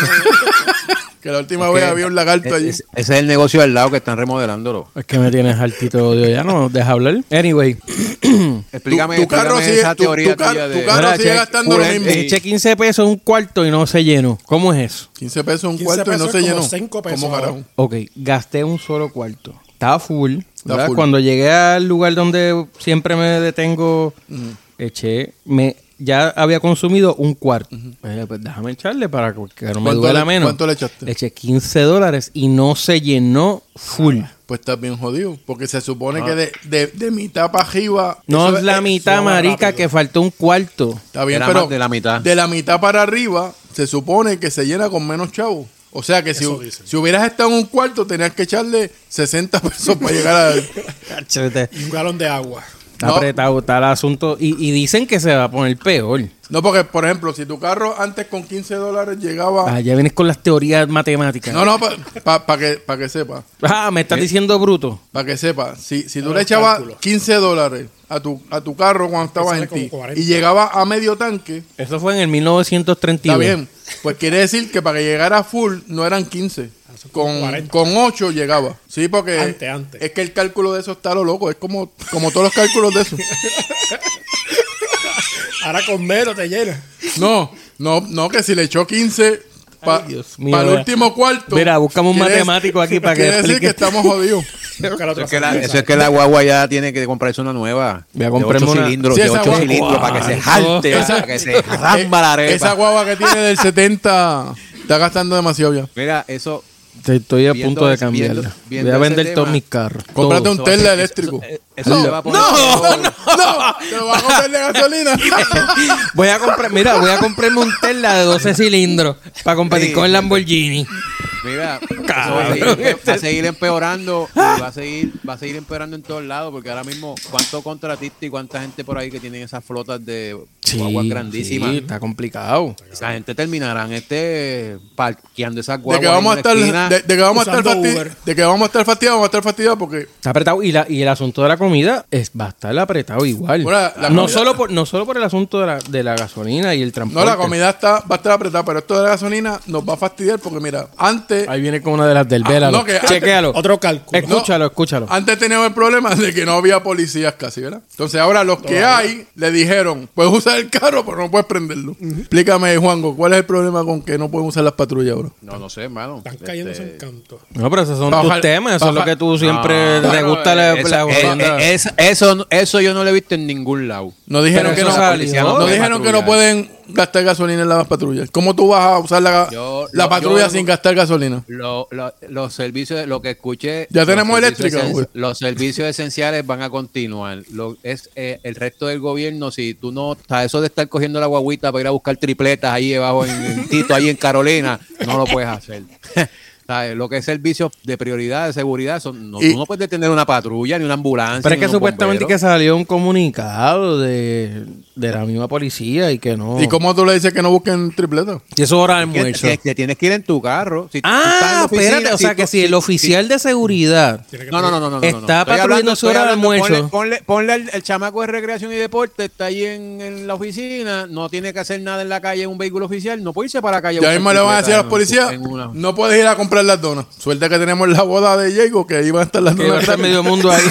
S2: *laughs* que la última vez había un lagarto allí.
S3: Ese, ese es el negocio al lado que están remodelándolo.
S1: Es que me tienes altito de odio, ya no deja hablar. Anyway, *clears throat*
S2: Tu,
S3: Explícame,
S2: tu carro
S3: explícame
S2: sigue,
S3: esa
S2: tu-
S3: teoría
S2: tu car-
S3: tuya de.
S2: tu carro
S1: Mira,
S2: sigue
S1: che,
S2: gastando lo
S3: pura-
S2: mismo.
S1: le eché 15 pesos un cuarto y no se llenó. ¿Cómo es eso?
S2: 15 pesos un
S4: 15
S2: cuarto y no
S4: pesos
S2: se
S4: es como
S2: llenó.
S4: cinco pesos
S2: Como
S4: ahora.
S2: carajo.
S1: Ok, gasté un solo cuarto. Estaba full. ¿verdad?
S2: full.
S1: Cuando llegué al lugar donde siempre me detengo, eché, me ya había consumido un cuarto. Eh, pues déjame echarle para que no me
S2: ¿Cuánto
S1: duela
S2: le-
S1: menos.
S2: cuánto le echaste?
S1: Eché 15 dólares y no se llenó full.
S2: Pues estás bien jodido. Porque se supone
S3: Ah.
S2: que de, de- de mitad para arriba.
S1: No
S2: eso
S1: es la mitad,
S4: eso va
S1: marica,
S4: rápido.
S1: que faltó un cuarto.
S2: Está bien,
S3: Era
S2: pero
S3: más de la mitad.
S2: De la mitad para arriba se supone que se llena con menos chavos. O sea que si,
S4: Eso dicen.
S2: si hubieras estado en un cuarto, tenías que echarle 60 pesos para llegar al.
S1: Está
S4: Y un galón de agua.
S2: No.
S1: apretado, está el asunto. Y, y dicen que se va a poner peor.
S2: No, porque, por ejemplo, si tu carro antes con 15 dólares llegaba.
S1: Ah, ya vienes con las teorías matemáticas.
S2: No, no, para que, pa que sepa.
S1: Ah, me estás diciendo bruto.
S2: Para que sepa, si, si tú
S4: Los
S2: le echabas
S4: cálculos.
S2: 15 dólares a tu, a tu carro cuando estabas
S4: sale
S2: en
S4: como
S2: ti
S4: 40.
S2: y llegaba a medio tanque,
S1: Eso fue en el 1932.
S2: está bien. Pues quiere decir que para que llegara a full no eran 15.
S4: Ah, son como
S2: Con,
S4: 40.
S2: con 8 llegaba. Sí, porque
S4: Antes, antes.
S2: es que el cálculo de eso está lo loco. Es como, como todos los cálculos de
S4: *laughs*
S2: eso.
S4: Ahora con menos te llena.
S2: No, no, no, que si le echó 15 para
S1: Dios mío,
S2: el
S1: mira.
S2: último cuarto.
S1: Mira, buscamos un
S2: quiere-
S1: matemático
S2: *laughs*
S1: aquí para que
S2: Quiere decir
S1: explique.
S2: que
S1: *laughs*
S2: estamos jodidos.
S4: Busca la
S3: Eso
S4: otra
S3: es, que la,
S4: cerveza.
S3: eso es que la guagua ya tiene que comprarse una nueva.
S1: Voy a
S3: de
S1: comprarme
S3: ocho
S1: una-
S3: cilindros,
S2: Sí,
S3: de
S2: esa
S3: 8
S2: guagua-
S3: cilindros para que se jalte,
S2: Esa- eh,
S3: para
S2: *laughs*
S3: que se ramba la arepa.
S2: E, Esa guagua que tiene del 70 está gastando demasiado ya.
S3: Mira, eso
S1: Te- Estoy a
S3: Viendo
S1: punto de
S3: ese-
S1: cambiarla.
S3: viendo- viendo
S1: Voy a
S3: ese
S1: vender todos
S3: tema.
S1: mis carros.
S2: Cómprate
S1: todos.
S2: un Tesla eléctrico.
S3: eh, eso
S2: no,
S3: se va a poner-
S2: no, no, no, te lo vas a comprar de gasolina.
S1: *laughs* Voy a comprar, mira, voy a comprarme un Tesla de 12 cilindros para competir
S3: Sí.
S1: con el Lamborghini.
S3: Mira, eso va, a seguir,
S1: Este
S3: va a seguir empeorando, y va a seguir, va a seguir empeorando en todos lados, porque ahora mismo, cuántos contratistas y cuánta gente por ahí que tienen esas flotas de guaguas grandísimas.
S1: sí, está complicado.
S3: Esa gente terminarán este parqueando esas
S2: De
S3: guaguas.
S2: que vamos a
S3: en una
S2: estar,
S3: esquina.
S2: de, de que vamos a estar
S4: usando
S2: fasti-
S4: Uber.
S2: de que vamos a estar fastidiados, vamos a estar fastidiados porque
S1: Está apretado. Y, la, y el asunto de la comida es, va a estar apretado igual.
S2: Bueno, la- la
S1: no,
S2: comida-
S1: solo por, no solo por el asunto de la, de la gasolina y el transporte.
S2: no la comida está va a estar apretada, pero esto de la gasolina nos va a fastidiar porque mira, antes
S1: Ahí viene con una de las del
S2: Ah,
S1: Vélalo.
S2: no, que Ah. antes-
S1: Chequéalo.
S4: Otro cálculo.
S1: Escúchalo, escúchalo.
S2: Antes teníamos el problema de que no había policías casi, ¿verdad? Entonces ahora los que hay le dijeron, puedes usar el carro, pero no puedes prenderlo. Explícame, Juango, ¿cuál es el problema con que no pueden usar las patrullas ahora?
S3: No, no sé, hermano.
S4: Están cayéndose en
S3: Este,
S4: canto.
S1: No, pero esos son
S2: Baja-
S1: tus temas. Eso es lo
S2: baja- Ah.
S1: que tú siempre
S3: no,
S1: te
S3: no,
S1: gusta la,
S3: esa-
S1: la
S3: eh, eh,
S1: onda.
S2: e-
S3: esa- eso, eso yo no lo he visto en ningún lado.
S2: No dijeron
S1: Pero
S2: que
S1: eso
S2: no,
S1: salió.
S2: no dijeron que no
S3: patrullar.
S2: pueden gastar gasolina en las patrullas. ¿Cómo tú vas a usar la,
S3: Yo-
S2: la
S3: yo-
S2: patrulla
S3: yo-
S2: sin gastar gasolina?
S3: Lo- lo- los servicios, lo que escuché.
S2: Ya
S3: los
S2: tenemos
S3: servicios
S2: eléctrica,
S3: esen-
S2: güey.
S3: Los servicios esenciales van a continuar. Lo, es eh, el resto del gobierno. Si tú no, a eso de estar cogiendo la guaguita para ir a buscar tripletas ahí debajo en,
S2: *laughs*
S3: en Tito, ahí en Carolina, no lo puedes hacer. *laughs* ¿Sabes? Lo que es servicios de prioridad, de seguridad, son, no,
S2: Y-
S3: tú no puedes tener una patrulla ni una ambulancia.
S1: Pero es
S3: ni
S1: que
S3: unos
S1: supuestamente que
S3: bomberos.
S1: salió un comunicado de, de la misma policía y que no.
S2: ¿Y cómo tú le dices que no busquen tripleta?
S1: Y eso es hora de
S3: Que-
S1: almuerzo.
S3: que- que tienes que ir en tu carro. Si tú estás en la
S1: Ah,
S3: oficina,
S1: espérate. O sea,
S3: tú-
S1: que si el oficial de seguridad.
S4: Tiene que
S3: No, no, no, no, no. no,
S1: Está
S3: no. Estoy
S1: patrulleando
S3: hablando-
S1: su
S3: estoy
S1: hora de
S3: hablando-
S1: almuerzo.
S3: Ponle, ponle- ponle al- el chamaco de recreación y deporte, está ahí en, en la oficina, no tiene que hacer nada en la calle en un vehículo oficial, no puede irse para la calle. a
S2: Ya
S3: buscar
S2: mismo le van a
S3: bicicleta
S2: decir a los
S3: en-
S2: policías,
S3: en una- *laughs*
S2: no puedes ir a comprar las donas. Suerte que tenemos la boda de Diego, que iban a estar las
S1: Que va a
S2: donas.
S1: estar
S2: gratis.
S1: medio mundo ahí.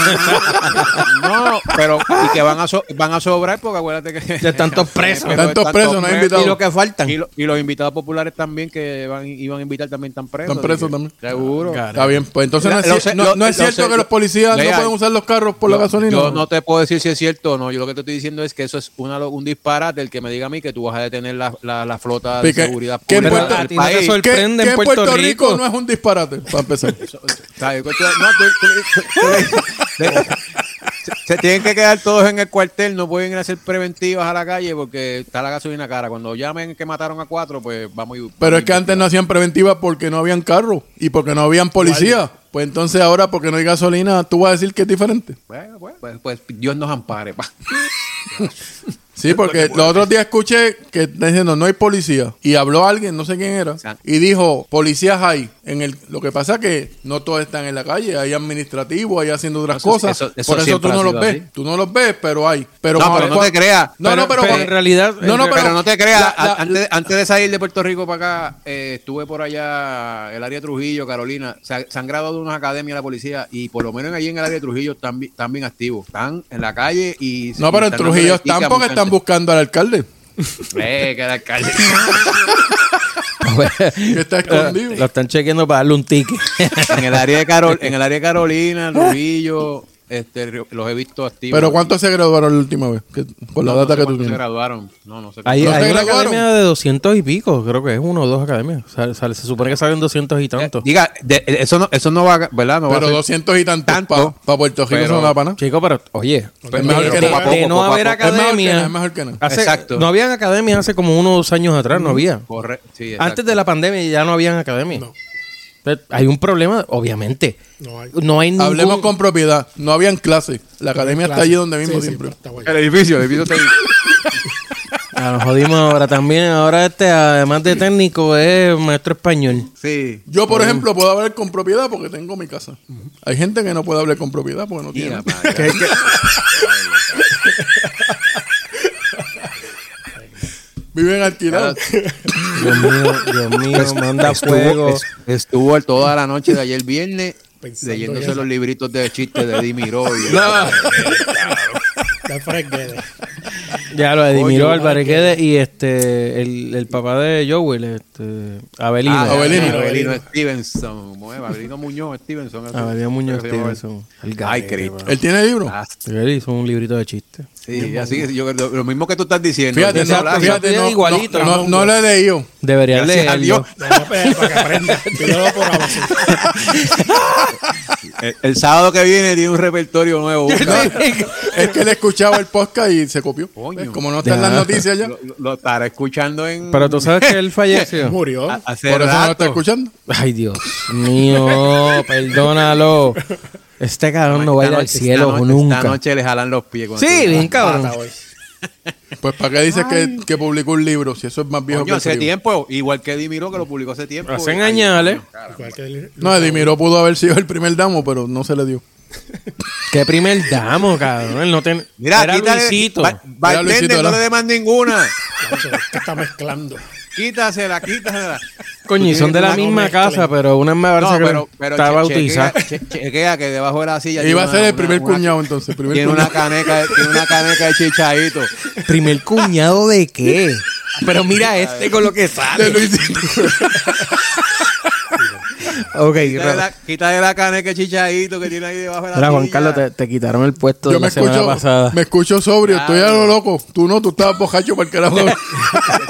S3: No, pero y que van a, so- van a sobrar porque acuérdate que...
S1: De
S3: *laughs*
S1: tantos presos.
S3: Pero
S2: Tantos presos, no hay invitados.
S1: y lo que faltan.
S3: Y, lo- y los invitados populares también que van, iban a invitar también están presos.
S2: Están presos
S3: así que-
S2: también.
S3: Seguro.
S2: Está bien, pues entonces no es,
S3: Lo
S2: cier-
S3: sé-
S2: no-
S3: lo-
S2: no es
S3: lo
S2: cierto
S3: sé,
S2: que
S3: lo-
S2: los policías
S3: Lea,
S2: no pueden usar los carros por la
S3: Yo-
S2: gasolina.
S3: Yo no te puedo decir si es cierto o no. Yo lo que te estoy diciendo es que eso es una, lo- un disparate el que me diga a mí que tú vas a detener la, la, la flota de
S2: Pique,
S3: seguridad
S2: ¿qué
S3: pública
S2: importa?
S3: del
S1: A ti no te
S3: país.
S1: sol-
S2: ¿Qué-
S1: prende en
S2: qué
S1: Puerto Rico?
S2: no es un disparate, para
S3: *laughs*
S2: empezar.
S3: ¿Sabes? Tú- no, tú- tú- tú- tú- se- Se tienen que quedar todos en el cuartel, no pueden ir a hacer preventivas a la calle porque está la gasolina cara. Cuando llamen que mataron a cuatro, pues vamos y...
S2: Pero es que antes no hacían preventiva porque no habían carro y porque no habían policía. Pues entonces ahora porque no hay gasolina, tú vas a decir que es diferente.
S3: Bueno, bueno, pues, pues Dios nos ampare. pa.
S2: Sí, porque los otros días escuché que están diciendo no hay policía y habló alguien, no sé quién era,
S3: Exacto.
S2: y dijo policías hay. En el lo que pasa que no todos están en la calle, hay administrativos, hay haciendo otras
S3: Eso-
S2: cosas.
S3: eso- eso
S2: Por eso tú
S3: siempre
S2: no
S3: ha
S2: los
S3: sido
S2: ves,
S3: así.
S2: tú no los ves, pero hay. Pero
S3: No,
S2: cuando-
S3: pero no te creas.
S2: No, no, pero,
S1: pero en realidad-
S2: no, no,
S1: en-
S2: pero,
S3: Pero no te creas, Ah,
S2: la- la-
S3: a- antes, antes de salir de Puerto Rico para acá, eh, estuve por allá, el área de Trujillo, Carolina, se, ha- se han graduado de unas academias de la policía y por lo menos allí en el área de Trujillo están, bi- están bien activos, están en la calle y...
S2: no, pero en
S3: están dándole
S2: Trujillo
S3: tica
S2: están
S3: a
S2: porque
S3: mucha
S2: están
S3: gente.
S2: buscando al alcalde.
S3: *laughs* Eh, que el alcalde.
S2: Que está escondido.
S1: Lo están chequeando para darle un ticket.
S3: en, el área de Carol, en el área de Carolina, Trujillo, este, los he visto activos.
S2: Pero ¿cuántos se graduaron la última vez? Que- con la
S3: No, no
S2: data
S3: sé
S2: que tú
S3: cuántos se
S2: tienes.
S3: graduaron. No, no sé.
S1: Hay,
S2: ¿No
S1: hay
S2: se
S1: una
S2: graduaron?
S1: academia de 200 y pico, creo que es uno o dos academias. Sal- sal- se supone que salen 200 y tanto.
S3: Diga, de- eh, eso, no, eso no va a... ¿Verdad? No va a
S2: Pero
S3: ser-
S2: 200 y tantos
S3: Tanto.
S2: para Puerto Rico
S3: Pero-
S2: son una pana.
S1: Chico, pero oye,
S2: Es mejor que
S1: de,
S2: nada.
S1: de no
S3: Poco a
S1: haber
S3: poco.
S2: Es mejor que nada,
S1: academia.
S2: es mejor que nada.
S1: hace-
S3: Exacto.
S1: No habían academias hace como unos años atrás, no había.
S3: Corre- sí, exacto.
S1: Antes de la pandemia ya no habían academias. Pero Hay un problema, obviamente.
S4: No hay.
S1: No hay ningún...
S2: Hablemos con propiedad. No habían clases. La academia está
S4: Clase.
S2: allí donde mismo
S4: Sí, sí,
S2: siempre.
S4: está guay.
S3: El edificio, el edificio está ahí.
S1: Ah, nos jodimos ahora también. Ahora este, además de técnico, es maestro español.
S3: Sí.
S2: Yo, por ejemplo, puedo hablar con propiedad porque tengo mi casa. Hay gente que no puede hablar con propiedad porque no tiene.
S3: Mira,
S2: *laughs*
S3: madre.
S2: Viven alquilados.
S1: Dios mío, Dios *laughs* mío, manda
S3: *laughs* Estuvo,
S1: fuego.
S3: es- estuvo toda la noche de ayer viernes
S4: Pensando
S3: leyéndose
S4: en-
S3: los libritos de chistes de Dimi
S1: *laughs*
S3: Roy. Ah,
S4: Está fresquete.
S1: Ya lo de Dimiro
S3: Oye,
S1: Álvarez Guedes y este el, el papá de Joel, este Abelino.
S3: Ah,
S2: Abelino.
S3: Abelino, Abelino Stevenson. mueve, Abelino Muñoz Stevenson. eso.
S1: Abelino Muñoz
S3: Creo que se llama eso.
S1: Stevenson. El
S3: Ay,
S1: garete,
S3: Cristo.
S2: Él tiene libro.
S3: Ah,
S1: Él hizo un librito de chistes.
S3: Sí, así que yo, lo, lo mismo que tú estás diciendo.
S2: Fíjate,
S3: Eso
S2: no,
S3: habla-
S1: Exacto,
S2: fíjate,
S1: yo
S2: no,
S1: igualito,
S2: no, no, no lo he leído.
S1: Debería
S3: Gracias a
S1: leerlo.
S3: Dios.
S4: Para que aprenda. Cuidado por abajo.
S3: Ah, El, el sábado que viene tiene un repertorio
S1: *laughs*
S3: nuevo. busca.
S2: Es que él escuchaba el podcast y se copió.
S3: Coño.
S2: ¿Ves? Como no están las noticias ya.
S3: lo, lo- lo estará escuchando en.
S1: Pero tú sabes que él falleció.
S4: Murió.
S3: a- hace
S2: Por eso no lo
S3: rato.
S2: está escuchando.
S1: Ay, Dios mío, perdónalo. Este cabrón no va a ir
S3: Esta
S1: al
S3: noche-
S1: cielo
S3: esta noche- Esta
S1: nunca.
S3: noche le jalan los pies. cuando
S1: Sí,
S3: tú-
S1: bien cabrón.
S4: Pata, güey.
S2: Pues ¿para qué dices que, que publicó un libro? Si eso es más viejo
S3: Coño,
S2: que
S3: hace
S2: el frío.
S3: tiempo, igual que Dimiro que lo publicó hace tiempo.
S1: Hacen
S3: Ay,
S1: añales.
S4: Igual que el-
S2: No, Edimiro pudo haber sido el primer damo, pero no se le dio.
S1: Qué primer damo, cabrón. Él no ten...
S3: Mira,
S1: Era
S3: quítale-
S1: Luisito.
S3: Ba- bartender,
S2: Luisito,
S3: no
S2: ¿verdad?
S3: le dé más ninguna. *laughs*
S4: Nacho, ¿qué está mezclando.
S3: Quítasela, quítasela.
S1: Coño, y son de la
S4: Una
S1: misma
S4: mezcla.
S1: casa, pero una es más
S3: No,
S1: barça
S3: pero,
S1: que
S3: pero
S1: está
S3: che-
S1: bautizada.
S3: chequea, che- chequea que debajo de la silla.
S2: Iba a
S3: tiene
S2: ser el
S3: una-
S2: primer
S3: una-
S2: cuñado entonces. Primer
S3: Tiene una
S2: cuñado.
S3: caneca, tiene una caneca de
S2: *laughs*
S3: chichadito.
S1: ¿Primer cuñado de
S3: *laughs*
S1: qué? Pero mira este con lo que sale.
S2: *laughs*
S1: ok,
S3: Quítale
S1: Ra-
S3: la, quítale la caneca de chichadito que tiene ahí debajo de la
S1: Ra- Juan
S3: silla.
S1: Carlos, te, te quitaron el puesto
S2: Yo
S1: de
S2: me
S1: la semana
S2: escucho,
S1: pasada.
S2: me escucho sobrio, estoy a lo loco. Tú no, tú estabas bojacho para el carajo. *laughs*
S3: Eso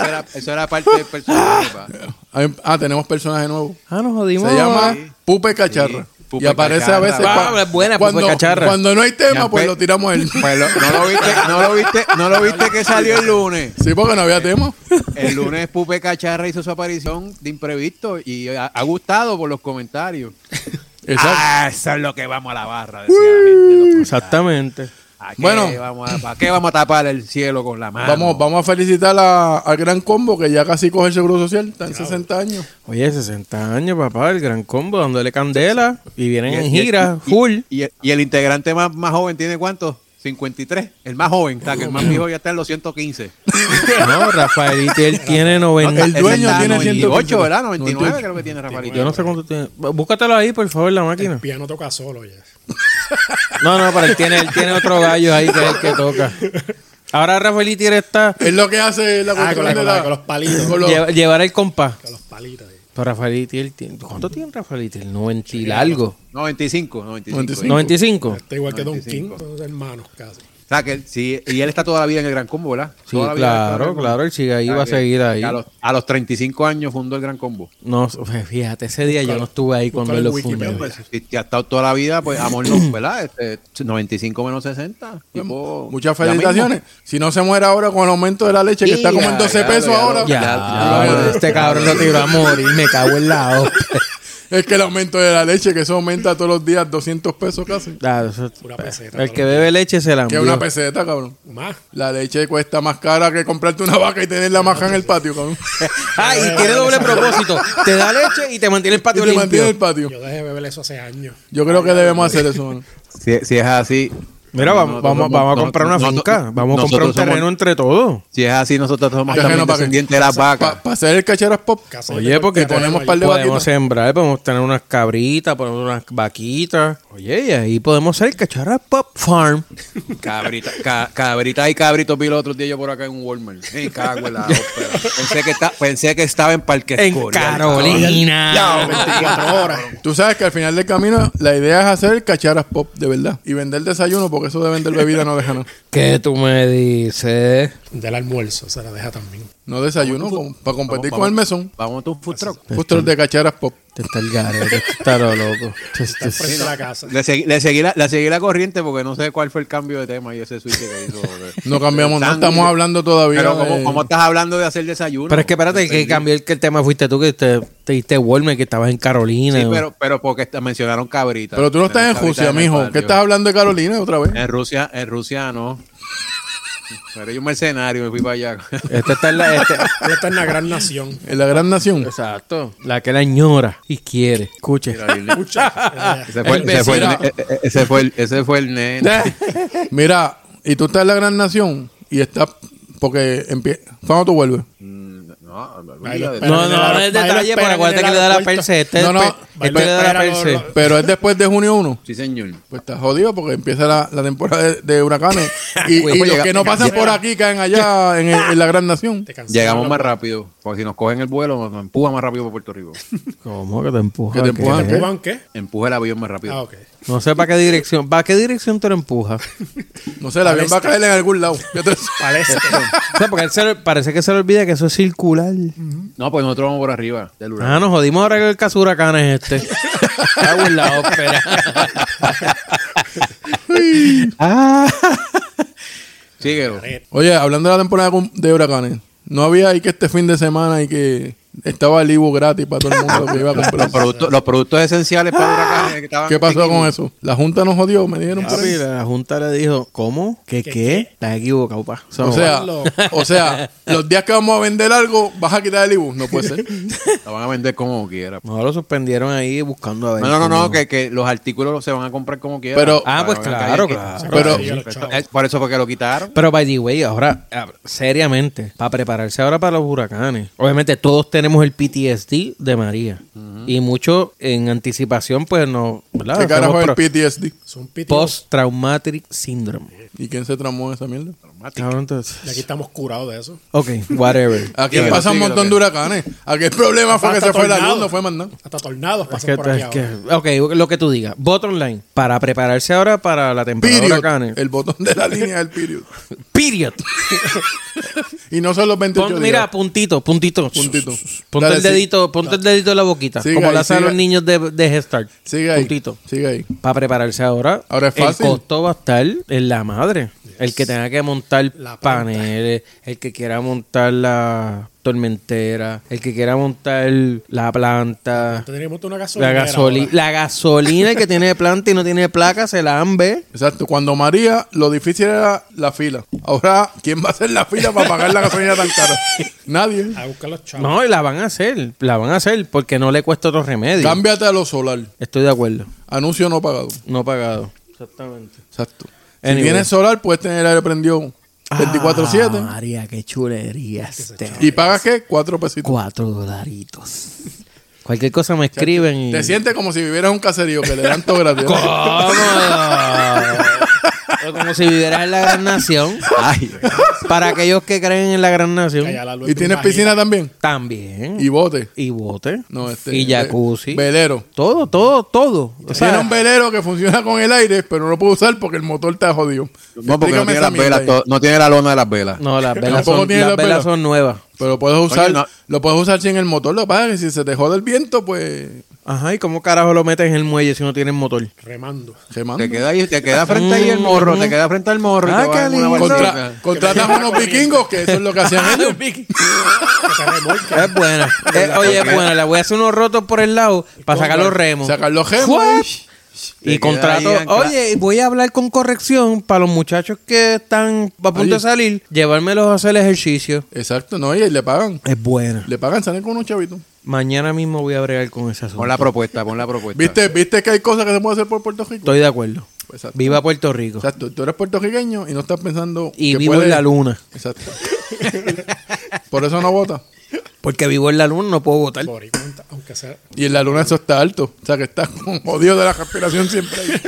S3: era, eso era parte del personaje. pa.
S2: Hay- Ah, tenemos personaje nuevo.
S1: Ah, nos jodimos.
S2: Se llama Pupe Cacharra.
S3: Sí, Pupe
S2: y aparece
S3: Cacharra.
S2: a veces.
S1: Ah,
S2: cua-
S1: es buena Pupe
S2: cuando,
S1: Cacharra.
S2: Cuando no hay tema,
S3: Ya,
S2: pues
S3: pe-
S2: lo tiramos a él.
S3: Pues lo- no lo viste, no lo viste, no lo viste que salió el lunes.
S2: Sí, porque no había tema.
S3: El lunes Pupe Cacharra hizo su aparición de imprevisto y ha, ha gustado por los comentarios.
S2: Exacto.
S3: Ah, eso es lo que vamos a la barra, decía la gente. los comentarios.
S1: Exactamente.
S3: ¿A qué
S2: Bueno.
S3: vamos a, ¿Para qué vamos a tapar el cielo con la mano?
S2: Vamos, vamos a felicitar a- al Gran Combo que ya casi coge el seguro social, está en 60 años.
S1: Oye, 60 años, papá, el gran combo, dándole candela y vienen
S3: Y-
S1: en
S3: y-
S1: gira,
S3: y-
S1: full.
S3: Y, y el integrante más, más joven tiene cuánto? 53. El más joven, está que el más viejo ya está en los 115.
S1: *laughs* No, Rafaelito, él tiene
S3: No, está-
S1: 90.
S2: el
S3: ese
S2: dueño
S3: está
S2: tiene
S3: 98,
S2: 115.
S3: ¿verdad? 99
S2: 98.
S3: creo que tiene Rafaelito.
S1: Yo no sé cuánto tiene. Búscatelo ahí, por favor, la máquina.
S4: El piano toca solo
S2: Ah,
S4: Ah, ya.
S1: No, no, pero él tiene, él tiene otro gallo ahí que es el que toca. Ahora Rafael Itier está
S2: Es lo que hace la
S4: Ah, con, la- con la- con los palitos.
S2: con
S4: Con
S2: los-
S1: lleva- llevar el compás.
S4: los palitos. eh.
S1: Pero Rafael Itier tiene- ¿Cuánto tiene Rafael Itier? 90 y algo.
S3: 95, 95.
S2: 95.
S1: 95.
S4: Está igual que Don King,
S3: 95.
S4: son hermanos casi.
S3: O sea, que él- sí, y él está toda la vida en el Gran Combo, ¿verdad?
S1: Sí,
S3: Toda la vida en el Gran
S1: claro,
S3: Combo.
S1: claro, él sigue ahí,
S3: O sea,
S1: va a
S3: que-
S1: seguir
S3: que
S1: ahí.
S3: A los, a los 35 años fundó el Gran Combo.
S1: No, *laughs* fíjate, ese día yo no estuve ahí cuando
S4: búscalo
S1: él lo
S4: en Wikipedia.
S1: fundó.
S3: Pues, si te ha estado toda la vida, pues amor no, ¿verdad? Este, 95 menos 60. tipo,
S2: Pues, Muchas
S3: ya mismo.
S2: felicitaciones. Si no se muere ahora con el aumento de la leche que está como en
S3: Ya,
S2: 12
S3: ya,
S2: pesos
S3: ya,
S2: ahora.
S1: Ya,
S3: Ya, ya, ya.
S1: este cabrón lo tiró a morir, me cago en la hostia.
S2: *laughs* Es que el aumento de la leche, que eso aumenta todos los días 200 pesos casi.
S1: Ah, eso-
S4: Una peseta.
S1: El que bebe leche se la
S2: Que es
S1: envió.
S2: una peseta, cabrón.
S4: Más.
S2: La leche cuesta más cara que comprarte una vaca y tenerla maja en el patio,
S3: *laughs*
S2: cabrón.
S1: Ah, y tiene doble propósito. Te da leche y te mantiene el
S2: Y
S1: patio
S2: te mantiene
S1: limpio.
S2: el patio.
S4: Yo dejé de beber eso hace años.
S3: *laughs*
S2: Yo creo que debemos hacer eso, mano.
S3: Si, si es así,
S1: Mira, vamos, vamos, vamos a comprar una
S3: No, no,
S1: finca. Vamos a comprar un
S3: nosotros somos-
S1: terreno entre todos.
S3: Si es así, nosotros somos
S2: Terreno
S3: también
S2: para que-
S3: descendientes de las vacas.
S2: Para hacer el cacheras pop.
S4: Casa
S1: Oye, porque
S4: terreno
S1: tenemos
S4: allí.
S2: par de
S1: podemos
S2: vaquitas.
S1: sembrar, podemos tener unas cabritas, podemos unas vaquitas. Oye, y ahí podemos ser cacharra Pop
S3: *laughs*
S1: Farm.
S3: Cabrita, ca- cabritas y cabritos vi los otros días yo por acá en un Walmart. Me
S1: *laughs*
S3: cago en la ópera. pensé, que esta- pensé que estaba en Parque
S1: En
S3: Escorial.
S1: Carolina.
S2: *laughs*
S4: 24 horas.
S2: Tú sabes que al final del camino la idea es hacer cacharas pop, de verdad. Y vender desayuno, porque eso de vender bebida no deja nada.
S1: ¿Qué tú me dices?
S4: Del almuerzo se la deja también.
S2: No desayuno para competir con el mesón.
S3: Vamos a tu food truck.
S2: Justo de cacharas pop.
S1: Te está el garete, te está lo loco. Te- te-
S4: Está frente a la casa.
S3: Le seguí, le, seguí la, le seguí la corriente porque no sé cuál fue el cambio de tema y ese switch que
S2: *laughs*
S3: hizo.
S2: No cambiamos nada,
S3: Sándwich.
S2: estamos hablando todavía
S3: Pero
S2: de-
S3: como, como estás hablando de hacer desayuno.
S1: Pero es que espérate, que cambió el, que el tema fuiste tú, que te, te diste Walmart, que estabas en Carolina.
S3: Sí, pero, pero porque te- mencionaron cabritas.
S2: Pero tú no estás en
S3: Cabritas
S2: Rusia,
S3: el
S2: mijo.
S3: patio.
S2: ¿Qué estás hablando de Carolina otra vez?
S3: En Rusia, en Rusia no. Pero yo un mercenario, me fui para allá.
S1: Este está en la... este-
S4: Ella está en la gran
S2: *laughs*
S4: nación.
S2: En la gran nación.
S1: exacto. La que la añora y quiere. Escuche.
S3: *laughs* Ese fue,
S1: El
S3: ese fue el,
S1: vecino.
S3: ne- e- e- ese fue el, ese fue el nene.
S2: Mira, y tú estás en la gran nación y estás. Porque empieza. ¿Cuándo tú vuelves?
S3: No,
S4: Baila-
S3: olvídate.
S1: No, no, no
S4: Baila-
S1: el detalle,
S4: baila-
S1: pero
S4: baila-
S1: acuérdate que le
S4: baila-
S1: da la
S4: baila-
S1: perse. Este,
S2: No, no,
S1: es pe-
S2: baila-
S1: este le da la
S4: baila-
S1: perse.
S4: baila-
S2: Pero es después de junio 1.
S3: Sí, señor.
S2: Pues estás jodido porque empieza la, la temporada de, de
S3: *laughs*
S2: huracanes. Y, y
S3: Pues,
S2: los
S3: llega-
S2: que no pasan
S4: llega-
S2: por aquí caen allá en, en la gran nación.
S4: Te cancelan
S3: Llegamos
S4: la-
S3: más rápido. Porque si nos cogen el vuelo, nos nos empuja más rápido por Puerto Rico.
S1: ¿Cómo que te empuja?
S3: Ah,
S2: Que te empuja,
S1: ¿Qué?
S2: ¿qué?
S4: ¿Cuban qué?
S3: Empuja el avión más rápido.
S4: Ah, ok.
S1: No sé para qué dirección. ¿Para qué dirección te lo empuja? o
S2: No sé, el avión va a caer en algún lado. Ya te-
S4: Palestra.
S1: *laughs* sea, porque él se le- parece que se le olvida que eso es circular.
S3: No, pues nosotros vamos por arriba del huracán.
S1: Ah, nos jodimos ahora que el caso huracán es este. Cago en la ópera. Ah.
S3: Síguelo.
S2: Oye, hablando de la temporada de hum- de huracanes, no había ahí que este fin de semana y que estaba el Ibu gratis para todo el mundo que iba a comprar.
S3: *laughs* Los productos, los productos esenciales
S1: Ah.
S3: para huracanes que estaban
S2: ¿Qué pasó con eso? La Junta nos jodió, me dijeron por
S1: *laughs* Papi,
S2: ahí.
S1: la junta le dijo, ¿cómo? ¿Qué qué? Estás equivocado, pa. Eso
S2: O
S1: no
S2: sea,
S4: Pablo.
S2: *laughs* o sea, los días que vamos a vender algo, vas a quitar el Ibu. No puede ser.
S3: La van a vender como quiera.
S1: No, lo suspendieron ahí buscando a ver.
S3: No, no, no,
S1: cómo-
S3: no, que, que los artículos se van a comprar como quiera.
S2: Pero-
S1: Ah, pues
S3: Para-
S1: claro,
S3: que-
S1: claro.
S2: Pero-
S4: Sí, los chavos.
S3: Es eh, Por eso fue que lo quitaron.
S1: Pero, by the way, ahora, ah, seriamente, para prepararse ahora para los huracanes, obviamente todos tenemos el PTSD de María. Y mucho en anticipación, pues no. ¿verdad?
S2: ¿Qué carajo es el
S1: Hacemos pro-
S2: PTSD?
S4: Son pitidos.
S1: Post-traumatic syndrome.
S2: ¿Y quién se tramó en esa mierda?
S1: Cabrón, entonces-
S4: Y aquí estamos curados de eso.
S1: Ok, *laughs* whatever.
S2: Aquí
S3: Síguelo,
S2: pasa un
S3: síguelo,
S2: montón de
S3: que-
S2: huracanes. Aquí el problema fue que se
S4: Hasta
S2: fue la
S4: tornados.
S2: luz, no fue más nada.
S4: Hasta tornados
S1: Es
S4: pasan
S1: que-
S4: por aquí
S1: es
S4: ahora.
S1: que- ok, lo que tú digas. Bottom line. Para prepararse ahora para la temporada de
S2: Period. Eh,
S1: huracanes.
S2: El botón de la línea es el period. *laughs*
S1: Period.
S2: Y no son los 28
S1: Pon-
S2: días.
S1: mira, puntito, puntito.
S2: Puntito.
S1: Ponte
S2: Dale,
S1: el
S2: sí.
S1: dedito, ponte el dedito en la boquita.
S2: Sigue
S1: como
S2: ahí,
S1: lo hacen
S2: sigue.
S1: los niños de, de Head Start.
S2: Sigue ahí.
S1: Puntito.
S2: Sigue ahí.
S1: Para prepararse ahora,
S2: Ahora es fácil.
S1: el costo va a estar en la madre. El que tenga que montar
S4: La planta.
S1: paneles, el que quiera montar la tormentera, el que quiera montar la planta,
S4: Tendríamos una gasolina.
S1: la, gasolina la gasolina, el que tiene planta y no tiene placa, se la han ve.
S2: Exacto, cuando María lo difícil era la fila. Ahora, ¿quién va a hacer la fila para pagar la gasolina tan
S1: *laughs*
S2: cara? Nadie.
S4: A buscar los chavos.
S1: No, y la van a hacer, la van a hacer porque no le cuesta otro remedio.
S2: Cámbiate a lo solar.
S1: Estoy de acuerdo,
S2: Anuncio no pagado.
S1: no pagado. Exactamente.
S2: Exacto.
S1: Anyway. Ah.
S2: Si tienes solar, puedes tener el aire prendido 24-7.
S1: María, qué chulerías.
S2: ¿Y pagas qué? Cuatro pesitos.
S1: Cuatro dolaritos. Cualquier cosa me escriben y...
S2: Te sientes como si vivieras en un caserío que le dan todo gratis.
S1: Pero como si vivieras en la gran nación. Para aquellos que creen en la gran nación.
S4: Allá la
S2: *laughs*
S4: luz
S2: ¿Y
S4: es bien
S2: tienes
S4: bajita.
S2: piscina también?
S1: También.
S2: ¿Y
S1: Y,
S2: bote?
S1: bote.
S2: No, este,
S1: y jacuzzi.
S2: ve- Velero.
S1: todo, todo, todo. O sea,
S2: Tiene un velero que funciona con el aire, pero no lo puedo usar porque el motor está jodido.
S3: No, porque no
S2: Explícame
S3: tiene,
S2: esa
S3: las
S2: mierda
S3: velas,
S2: ahí.
S3: to- no tiene la lona de las velas.
S1: no, *laughs* las velas,
S2: Tampoco
S1: son,
S2: tiene
S1: las
S2: las
S1: velas
S2: velas.
S1: son nuevas.
S2: Pero puedes usar,
S3: no.
S2: lo puedes usar sin el motor, lo que pasa es que si se te jode el viento, pues
S1: Ajá, ¿y cómo carajo lo metes en el muelle si no tienes motor?
S4: Remando.
S2: remando.
S3: Te queda, ahí, te queda frente ahí el morro, te queda frente al morro. y
S1: Mm, Ah,
S3: te va
S1: qué
S3: en una
S1: lindo.
S3: bolsita.
S2: Contra, contratan unos vikingos, que eso es lo que hacían
S3: *laughs*
S2: ellos.
S1: Es *laughs* buena. Eh, oye, es buena. Le voy a hacer unos rotos por el lado para sacar los remos.
S2: Sacar los gemos.
S1: ¡Fuap!
S3: Te
S1: Y
S3: queda
S1: contrato.
S3: ahí ancla-
S1: Oye, voy a hablar con corrección para los muchachos que están a punto
S2: Oye.
S1: de salir, llevármelos a hacer ejercicio.
S2: Exacto, no, y le pagan.
S1: Es buena.
S2: Le pagan, salen con unos chavitos.
S1: Mañana mismo voy a bregar con ese asunto.
S3: Pon la propuesta, pon la propuesta.
S2: ¿Viste, ¿Viste que hay cosas que se pueden hacer por Puerto Rico? Pues,
S1: Estoy de acuerdo.
S2: Exacto.
S1: Viva Puerto Rico.
S2: Exacto. Tú eres puertorriqueño y no estás pensando.
S1: y
S2: que
S1: vivo
S2: puede-
S1: en la luna.
S2: Exacto. *laughs* Por eso no vota.
S1: Porque vivo en la luna, no puedo votar.
S4: Boricua, aunque sea.
S2: Y en la luna eso está alto. O sea que estás con jodido de la respiración siempre. ahí.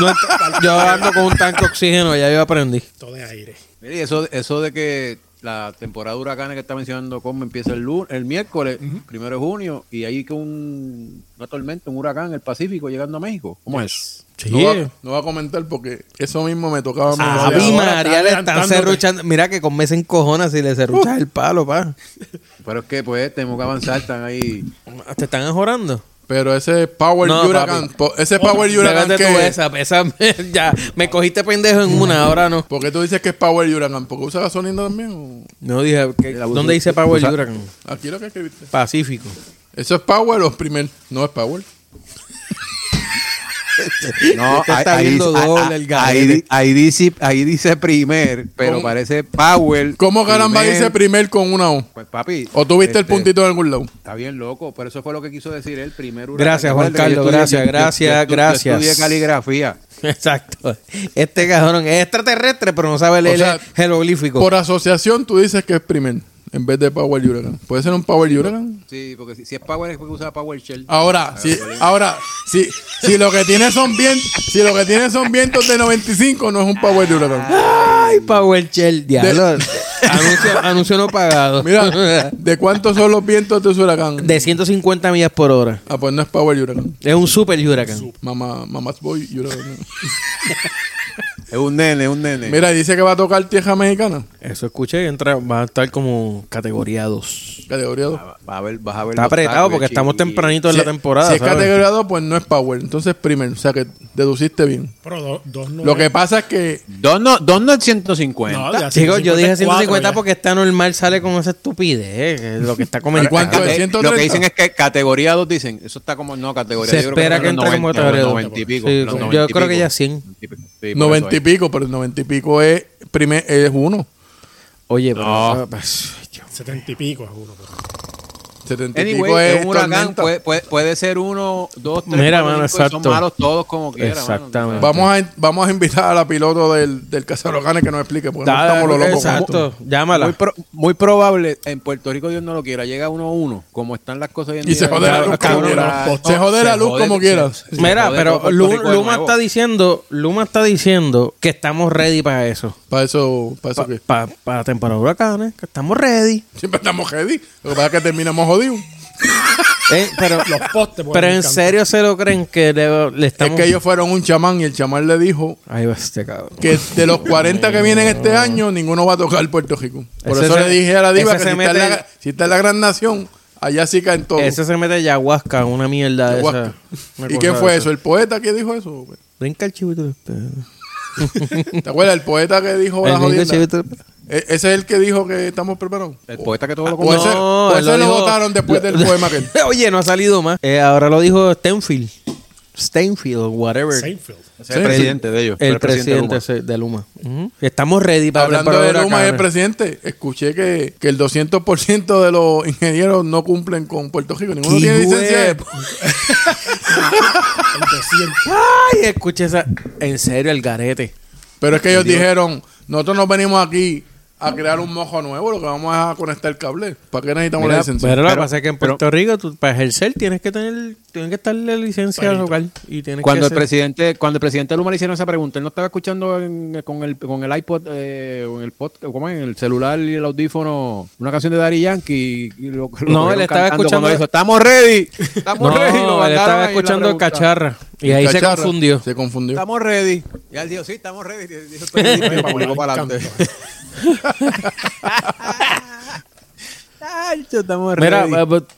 S1: No, yo ando con un tanque de oxígeno, ya yo aprendí.
S4: Todo de aire.
S3: Mira, y eso, eso de que la temporada de huracanes que está mencionando como empieza el lunes, el miércoles, primero de junio, y hay que un, una tormenta, un huracán en el Pacífico llegando a México. ¿Cómo es?
S1: Sí. Ah,
S2: No, va, no va a comentar porque eso mismo me tocaba. a mí.
S1: A
S4: Ahora
S1: mí, María
S4: está
S1: le están
S4: adelantándote.
S1: cerruchando. Mira que con mes en cojones si le cerruchas el palo, pa.
S3: Pero es que pues tenemos que avanzar, están ahí.
S1: Te están ajorando.
S2: Pero ese Power
S1: No,
S2: Huracán,
S1: papi.
S2: po- ese Power Huracán
S1: Bébete
S2: que
S1: tú esa, esa *laughs* ya me cogiste pendejo en una, ahora no.
S2: ¿Por qué tú dices que es Power Huracán? ¿Porque usa gasolina también? o-
S1: No dije, ¿qué-
S3: La
S1: ¿dónde dice
S3: busca-
S1: Power
S3: busca-
S1: Huracán?
S2: Aquí lo que escribiste.
S1: Pacífico. *laughs*
S2: ¿Eso es Power o primer? No es Power.
S3: *laughs* No,
S1: Este está viendo doble el garete.
S3: di- ah, ahí dice, ahí dice primer, pero
S2: ¿Cómo?
S3: parece Power.
S2: ¿Cómo caramba
S3: primer.
S2: dice primer con una O?
S3: Pues papi.
S2: ¿O tuviste el
S3: este,
S2: puntito de algún lado?
S3: Está bien loco, pero eso fue lo que quiso decir el primer huracán.
S1: Gracias, Juan
S3: Recuerda que yo
S1: Carlos,
S3: estudié-
S1: gracias,
S3: yo- yo- yo
S1: gracias,
S3: estudié
S1: gracias.
S3: caligrafía.
S1: Exacto. Este cajón es extraterrestre, pero no sabe leer
S2: sea,
S1: jeroglífico.
S2: Por asociación tú dices que es primer en vez de Power Huracán. ¿Puede ser un Power Huracán?
S3: Sí, porque si, si es Power es porque usa PowerShell.
S1: Ah,
S2: Ahora, si, ahora, si, si lo que tiene son vientos, si lo que tiene son vientos de 95, no es un Power Huracán.
S1: Ay, Power Shell, diablo. Anuncio, anuncio no pagado.
S2: Mira, ¿de cuántos son los vientos de su huracán?
S1: *laughs* De 150 millas por hora.
S2: Ah, pues no es Power Huracán.
S1: Es un super huracán.
S2: Mamá, mamás boy huracán.
S3: Es un nene, es un nene.
S2: Mira, dice que va a tocar tierra mexicana.
S1: Eso escuché, entra, va a estar como categoría 2.
S2: Categoría 2.
S3: Va- va a ver, vas a ver
S1: Está
S3: los
S1: apretado
S3: tacos,
S1: porque
S3: chiqui.
S1: estamos tempranito en
S2: Si-
S1: la temporada.
S2: Si es
S1: ¿sabes?
S2: categoría 2, pues no es Power. Entonces primer. O sea que deduciste bien.
S4: Pero do- dos no.
S2: Lo que pasa es que
S3: Dos no, dos no es 150.
S4: No,
S2: Ah,
S4: ya
S1: Chicos, yo dije 150
S4: ya.
S1: porque está normal, sale con esa estupidez, eh, lo que
S2: *laughs*
S1: está comentando.
S2: ¿Y cuánto
S3: Cate-
S2: es? 130.
S3: Lo que dicen es que categoría 2 dicen, eso está como no categoría.
S1: Se
S3: yo creo
S1: espera
S3: está
S1: que
S3: en los
S1: entre como
S3: 90,
S1: categoría
S3: los
S1: dos.
S3: 90 y pico,
S1: Sí,
S3: los
S1: yo
S3: 90 y
S1: creo que
S3: pico.
S1: ya 100.
S3: Sí, por eso
S2: 90 y
S3: es.
S2: pico, pero el 90 y pico es, primer, es uno.
S1: Oye, pero
S3: No.
S1: eso, pues, yo-
S4: 70 y pico es uno. pero-
S2: 70 y pico
S3: Anyway,
S2: es
S3: un huracán pues.
S2: tormenta.
S3: puede, puede, puede ser uno, dos, tres.
S1: Mira,
S3: cuatro,
S1: mano,
S3: cinco, y
S1: exacto.
S3: Son malos todos como quiera. mano.
S1: Exactamente.
S2: Vamos a, vamos a invitar a la piloto del, del Cazarrocanes que nos explique, porque
S1: Da-
S2: no estamos los locos. con esto.
S1: Exacto,
S3: Muy,
S1: llámala.
S3: pro- muy probable, en Puerto Rico Dios no lo quiera, llega uno a uno, como están las cosas hoy en
S2: Y se
S3: día.
S2: jode la
S3: Cabrón,
S2: luz como
S1: quiera.
S3: no,
S2: Se jode la luz como
S3: se-
S2: quiera.
S3: se
S1: Mira,
S3: jode todo
S1: pero
S3: Puerto
S1: Lu-
S3: Rico de
S1: Luma
S3: nuevo.
S1: está diciendo, Luma está diciendo que estamos ready para eso.
S2: Para eso, para eso que
S1: Para la temporada de huracanes, que estamos ready.
S2: siempre estamos ready. Lo que pasa es que terminamos jodidos.
S1: Eh, pero
S4: Los postes.
S1: pero en serio se lo creen que le, le
S2: Es
S1: estamos.
S2: que ellos fueron un chamán y el chamán le dijo
S1: Ahí va este cabrón.
S2: que de los 40 que vienen este año, ninguno va a tocar Puerto Rico. Por
S1: Ese
S2: eso
S1: se-
S2: le dije a la diva
S1: ese
S2: que si
S1: se
S2: está, en
S1: mete-
S2: la, si está en la gran nación, allá sí caen todos.
S1: Ese se mete ayahuasca, una mierda de
S2: Guasca.
S1: esa. Una
S2: ¿Y
S1: cosa
S2: quién
S1: de
S2: fue
S1: esa.
S2: eso? ¿El poeta que dijo eso? güey?
S1: Brinca el chivito del perro.
S2: ¿Te acuerdas? El poeta que dijo la
S1: El brinca el
S2: jodienda.
S1: chivito del perro.
S2: E- Ese es el que dijo que estamos preparados.
S3: El poeta que todo lo
S2: O Pues ese, o
S1: él
S2: ese lo
S1: dijo-
S2: votaron después
S1: *laughs*
S2: del
S1: lo-
S2: poema que
S1: Oye, no ha salido más. Eh, ahora lo dijo Stenfield. Stenfield, whatever.
S4: Seinfeld.
S3: Es el presidente de ellos.
S1: El,
S3: pero
S1: presidente,
S3: Luma.
S1: se- de Luma. Ujú. Estamos ready para
S2: Hablando
S1: temporada
S2: de Luma y el
S1: huracanes.
S2: presidente, escuché que, que el 200% de los ingenieros no cumplen con Puerto Rico. Ninguno
S1: ¡Qué
S2: tiene licencia. *laughs*
S1: huevo!
S4: El 200.
S1: *laughs* Ay, escuché esa. En serio, el garete.
S2: Pero es que ellos dijeron, nosotros nos venimos aquí a crear un mojo nuevo, lo que vamos a conectar el cable. ¿Para qué necesitamos la
S3: Mira,
S2: licencia?
S1: Pero lo que
S3: Pero-
S1: pasa es que en
S3: pero-
S1: Puerto Rico, tú, para ejercer, tienes que tener, tienes que estar la licencia local. Y tienes
S3: Cuando
S1: que
S3: el
S1: ser-
S3: presidente, cuando el presidente Luma le hicieron esa pregunta, él no estaba escuchando en- con el con el iPod, eh, o en el pod, ¿cómo es? En el celular y el audífono, una canción de Daddy Yankee. y
S1: No,
S3: lo- lo
S1: él
S3: cogieron
S1: estaba
S3: cantando
S1: escuchando-
S3: cuando dijo, estamos ready, estamos ready. lo
S1: No, él
S3: mandaron ahí
S1: estaba
S3: la
S1: escuchando
S3: pregunta.
S1: cacharra. Y ahí se
S2: Cacharra,
S1: confundió.
S2: Se confundió.
S3: Estamos ready. Y él dijo, sí, estamos ready. Y dijo, "Estoy *laughs* listo", y volvió para adelante.
S1: *laughs*
S3: Tacho, estamos
S1: Mira,
S3: ready.
S1: eh, but-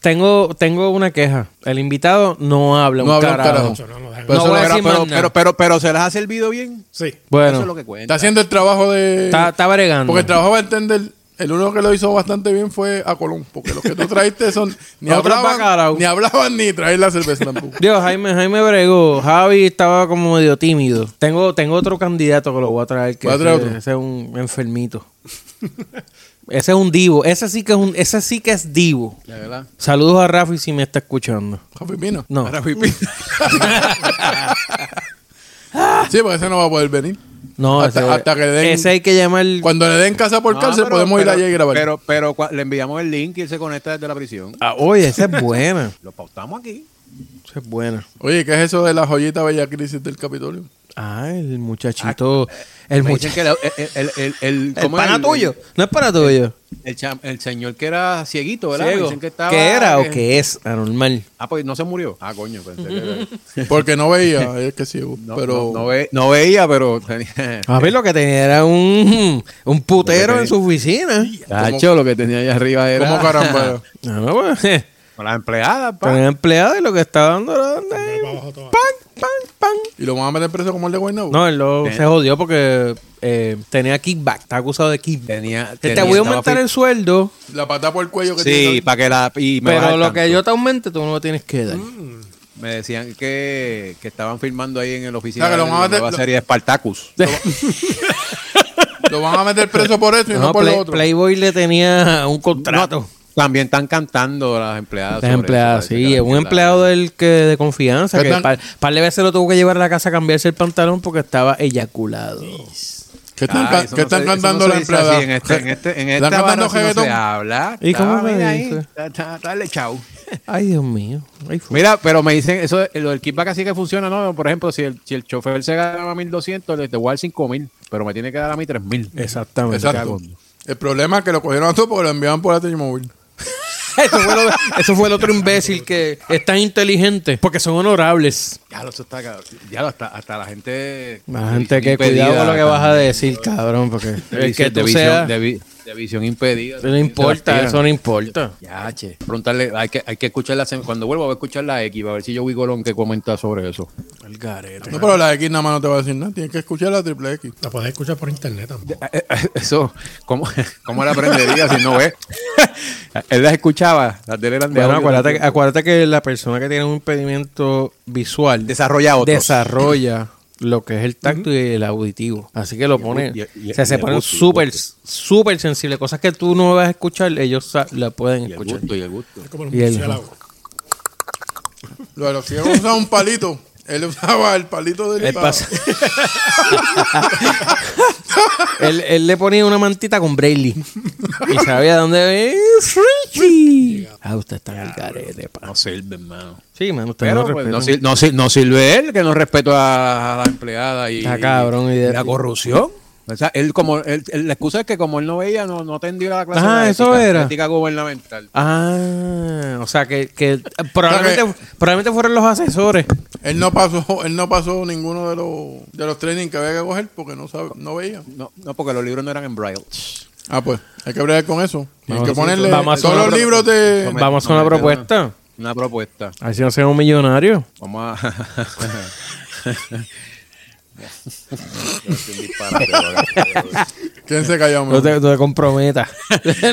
S1: tengo, tengo una queja. El invitado no habla un
S2: No habla un
S1: carajo.
S2: carajo.
S4: No, no, no,
S2: Pero
S1: No
S2: eso
S1: voy a
S2: lo-
S1: decir más
S3: pero,
S1: nada.
S3: pero, pero, pero se les ha servido bien.
S4: Sí.
S3: Eso es lo
S1: Bueno,
S3: que cuenta.
S2: Está haciendo el trabajo de...
S1: está, está bregando.
S2: Porque el trabajo va a entender. El único que lo hizo bastante bien fue a Colón. Porque los que tú traiste son. Ni
S1: Otros
S2: hablaban,
S1: bacalao.
S2: ni hablaban ni traer la cerveza tampoco.
S1: Dios, Jaime, Jaime bregó. Javi estaba como medio tímido. Tengo, tengo otro candidato que lo voy a traer. Que
S2: ¿Va a traer
S1: ese,
S2: otro?
S1: ese es un enfermito. *laughs* ese es un divo. Ese sí que es un, ese sí que es divo.
S3: De verdad.
S1: Saludos a
S3: *laughs*
S1: Rafi si me está escuchando.
S2: Javi Pina.
S1: No.
S3: Ahora fui pi-
S2: Sí, porque ese no va a poder venir.
S1: *laughs* No,
S2: Hasta-
S1: ese,
S2: hasta que le den-
S1: ese hay que llamar.
S2: Cuando le den casa por
S3: No,
S2: cárcel,
S3: pero-
S2: podemos ir
S3: pero-
S2: allá y grabar.
S3: Pero, pero cua- le enviamos el link y él se conecta desde la prisión.
S1: Ah, oye, esa es buena.
S3: Lo pautamos aquí.
S1: Esa es buena.
S2: Oye, ¿qué es eso de la joyita bella crisis del Capitolio?
S1: Ah, el muchachito. el
S3: Me dicen
S1: muchachito.
S3: que la- el, el, el, el-
S1: El
S3: ¿cómo
S1: pana
S3: es? El-
S1: tuyo. No es para tuyo.
S3: El, cham- el señor que era cieguito, ¿verdad?
S1: Ciego.
S3: Dicen que estaba-
S1: ¿Qué era
S3: que-
S1: o qué es? Anormal.
S3: Ah, pues no se murió. Ah, coño, pensé que *laughs* era-
S2: Porque no veía, *laughs* es que sí,
S3: No,
S2: pero...
S3: no, no ve- no veía, pero *laughs* tenía.
S1: A ver, lo que tenía era un, un putero
S3: tenía.
S1: en su oficina.
S3: *laughs* Cacho, Ah, lo que tenía allá arriba era.
S2: ¿Cómo
S3: *laughs*
S2: caramba?
S1: No, no, pues, *laughs*
S3: Con las empleadas, pa.
S1: tenía empleado y lo que estaba dando era
S4: Andaba
S1: pan,
S4: para abajo todo.
S1: pan, pan.
S2: ¿Y lo van a meter preso como el de Guaynabo?
S1: No, él lo- se jodió porque eh, tenía kickback. Está acusado de kickback.
S3: Tenía.
S1: Te- Te
S3: tenía-
S1: voy a
S3: estaba
S1: aumentar
S3: fi-
S1: el sueldo,
S2: La pata por el cuello que
S3: Sí,
S2: tiene.
S3: para que la. Y me baja
S1: pero
S3: el
S1: lo
S3: tanto.
S1: que yo te aumente tú no lo tienes que dar. *laughs*
S3: Me decían que, que estaban firmando ahí en el oficina
S2: Ah, que lo
S3: de
S2: van a
S3: la
S2: hacer-
S3: nueva
S2: lo-
S3: serie de Spartacus.
S1: *laughs*
S2: Lo van a meter preso por eso y no,
S1: No,
S2: por
S1: Play-
S2: lo otro.
S1: Playboy le tenía un Ah, contrato.
S3: También están cantando las empleadas.
S1: Las
S3: sobre
S1: empleadas,
S3: eso, parece
S1: sí.
S3: que
S1: Un
S3: la-
S1: empleado del que de confianza.
S2: ¿Qué
S1: Que
S2: tan-
S1: par, par de veces lo tuvo que llevar a la casa a cambiarse el pantalón porque estaba eyaculado.
S2: ¿Qué
S3: Ah,
S2: están, ca-
S3: eso
S2: ¿qué
S3: no
S2: están
S3: se- eso
S2: cantando
S3: no
S2: la
S3: se dice
S2: empleada?
S3: así En este, en este,
S2: ¿Están
S3: en esta
S2: cantando
S3: barra sí no se
S2: reggaetón?
S3: habla.
S1: ¿Y cómo
S3: Estaba,
S1: se
S3: mira
S1: dice?
S3: ahí, está- está- está el chau.
S1: Ay, Dios mío. Ay, fu-
S3: Mira, pero me dicen, eso, de- lo del kickback así que funciona, ¿no? Por ejemplo, si el, si el chofer se gana 1200, le te voy a dar 5000, pero me tiene que dar a mí 3000.
S1: Exactamente.
S2: Exacto. El problema es que lo cogieron a todos porque lo enviaban por la T-Mobile.
S1: Eso fue, lo- eso fue el otro imbécil que es tan inteligente porque son honorables.
S3: Ya lo, eso está, cabrón. ya lo, hasta, hasta la gente.
S1: La gente que
S3: impedida
S1: cuidado con lo que vas a
S3: también.
S1: decir, cabrón, porque
S3: De
S1: el que
S3: visión- de
S1: tú
S3: visión-
S1: seas,
S3: de, vi- de visión impedida.
S1: no importa, eso no importa.
S3: Ya, che. Preguntarle, hay que, hay que escuchar la sem- Cuando vuelva, voy a escuchar la X, va a ver si yo vi Colón que comenta sobre *laughs* eso. Este
S2: No, pero la X nada más no te va a decir nada. Tienes que escuchar la triple X.
S4: La podés escuchar por internet también.
S3: Eh, eh, Eso, ¿cómo, cómo la aprendería si no ve? *laughs* Él las escuchaba, las de él eran de
S1: Bueno,
S3: audio.
S1: acuérdate, que- acuérdate que la persona que tiene un impedimento visual
S3: Desarrolla otros.
S1: desarrolla lo que es el tacto y el auditivo. Así que lo pone,
S3: y- y-
S1: o sea,
S3: y
S1: se
S3: el
S1: ponen
S3: gusto, y el
S1: súper, súper sensibles. Cosas que tú no vas a escuchar, ellos sa- la pueden
S3: Y el
S1: escuchar.
S3: gusto, y el gusto.
S4: Es como un
S1: Y el-
S4: murciélago.
S2: Lo de los que usaban un palito. Él usaba el palito del...
S1: Él, pasa- él, él le ponía una mantita con Braille y sabía dónde
S3: *laughs*
S1: es Richie. Ah, usted está en el garete, pa.
S3: No sirve, hermano.
S1: Sí, mano, usted
S3: Pero
S1: no
S3: pues, no,
S1: respeta.
S3: sir- no sir- no sirve él, que no respeto a, a la empleada y,
S1: Ah, cabrón, y de-
S3: la corrupción. O sea, él como, él- él- la excusa es que como él no veía, no, no atendió a la clase
S1: Ah,
S3: de
S1: eso
S3: ética,
S1: era.
S3: ética gubernamental.
S1: Ah, o sea que, que probablemente, probablemente fueron los asesores.
S2: Él no pasó, él no pasó ninguno de los, de los training que había que coger porque no, sabe, no veía.
S3: No, no, porque los libros no eran en braille.
S2: Ah, pues, hay que bregar con eso. Hay
S1: Vamos a
S2: que
S1: hacer-
S2: ponerle
S1: vamos a hacer
S2: todos
S1: una
S2: los
S1: pro-
S2: libros de...
S1: Vamos a hacer una
S3: Promete
S1: propuesta.
S3: Una propuesta.
S1: Así no sea un millonario.
S3: Vamos a. *laughs* sí,
S2: ¿Quién se calló?
S1: No
S2: mejor?
S1: te, no te *laughs* comprometas.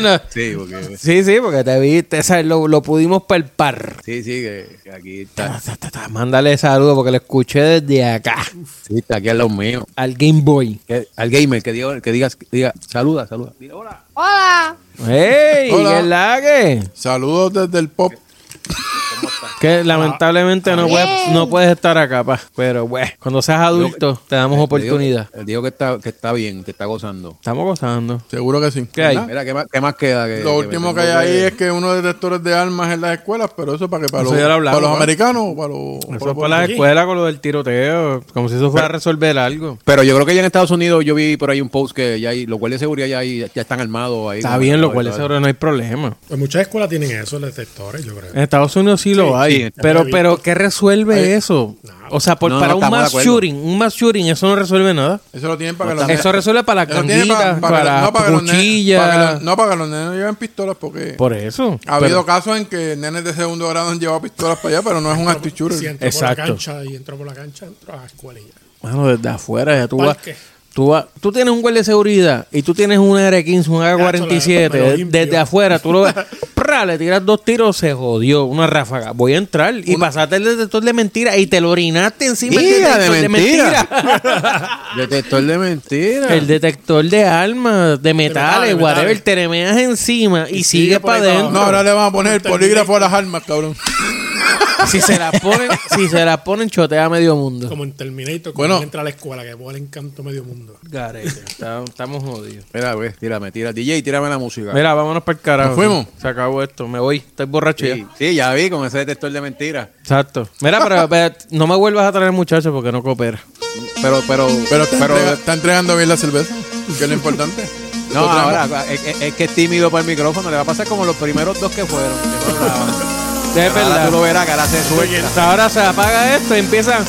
S1: No.
S3: porque.
S1: Sí, sí, porque te viste, ¿sabes? Lo, lo pudimos palpar.
S3: Sí, sí, que, que aquí
S1: Ta,
S3: está.
S1: ta, ta, ta. Mándale saludo porque lo escuché desde acá.
S3: Sí, está aquí al lado mío.
S1: Al Game Boy.
S3: Que- al gamer que diga, que digas, que diga, saluda, saluda. Dile, hola.
S1: ¡Ey!
S2: Hola.
S1: ¿Qué la que?
S2: Saludos desde el pop.
S1: Que lamentablemente no puedes, no puedes estar acá, pa. Pero, güey, cuando seas adulto, te damos oportunidad.
S3: Digo, digo que está, que está bien, que está gozando.
S1: Estamos gozando.
S2: Seguro que sí.
S1: ¿Qué hay?
S2: ¿Verdad?
S3: Mira, ¿qué más, qué más queda?
S1: Eh,
S2: Lo último que hay ahí es que uno detectores de armas en las escuelas, pero eso para que para,
S1: Eso
S2: los,
S1: ya lo hablamos,
S2: para
S1: ¿eh?
S2: los americanos o para los...
S1: Eso fue la escuela con lo del tiroteo, como si eso fuera a resolver algo.
S3: Pero yo creo que ya en Estados Unidos yo vi por ahí un post que ya hay, los guardias de seguridad ya, hay- ya están armados ahí.
S1: Está
S3: Como
S1: bien,
S3: que-
S1: lo cual es ahora no hay problema.
S4: Pues muchas escuelas tienen eso, los detectores, yo creo.
S1: En Estados Unidos sí lo hay,
S3: sí, está
S1: pero
S4: bien.
S1: pero ¿qué resuelve eso? O sea, por-
S3: No,
S1: para
S3: no,
S1: un
S3: estamos de
S1: mass
S3: acuerdo.
S1: shooting, un mass shooting eso no resuelve nada.
S2: Eso lo tienen para que los
S1: Eso resuelve para las
S2: Eso tiene
S1: ganguitas,
S2: pa- pa-
S1: para,
S2: no, que los nenes- para que
S1: cuchillas.
S2: los- no, para que los nenes no lleven pistolas porque
S1: Por eso.
S2: ha habido casos en que nenes de segundo grado han llevado pistolas para allá, pero no es un active shooter.
S4: Si entro por
S1: Exacto.
S4: la cancha y entro por la cancha, entro a la escuela y ya.
S1: Mano, desde afuera ya tú vas.
S4: Parque.
S1: Tú, vas- tú tienes un guardia de seguridad y tú tienes un R15, un
S4: Ya,
S1: AK-47.
S4: chula, me lo
S1: de-
S4: limpio.
S1: Desde afuera tú lo ves. ¡prra! Le tiras dos tiros, se jodió. Una ráfaga. Voy a entrar y pasaste el detector de mentira y te lo orinaste encima del
S3: Mira,
S1: detector
S3: de
S1: de
S3: mentira.
S1: *laughs* mentira.
S3: Detector de mentiras.
S1: el detector de armas, de metales,
S4: metales,
S1: whatever.
S4: metales.
S1: Te remeas encima y,
S4: Y sigue
S1: sigue
S4: por
S1: para
S4: ahí para
S1: adentro.
S2: No, ahora le van a poner el polígrafo a las armas, cabrón.
S1: si se la ponen, si se la ponen, chotea a medio mundo.
S4: Como en Terminator,
S2: Bueno.
S4: cuando él entra a la escuela, que vuela encanto medio mundo.
S1: Garete, está- estamos jodidos.
S3: Mira, güey, tírame, tira. DJ, tírame la música.
S1: Mira, vámonos para el carajo.
S2: Nos fuimos.
S1: Se acabó esto. Me voy. Estoy borracho
S3: Sí,
S1: ya.
S3: sí, ya vi con ese detector de mentiras.
S1: Exacto. Mira, pero, pero no me vuelvas a traer muchachos porque no coopera.
S3: Pero, pero,
S2: Pero, está, entrega- está entregando bien la cerveza, que es lo importante.
S3: no,
S2: Lo traemos.
S3: ahora, es, es- es que es tímido para el micrófono. Le va a pasar como los primeros dos que fueron. que no
S1: *laughs*
S3: hablaban.
S1: De
S3: Ahora tú lo
S1: verdad.
S3: verás, que ahora se suelta.
S1: Hasta ahora se apaga esto y empieza.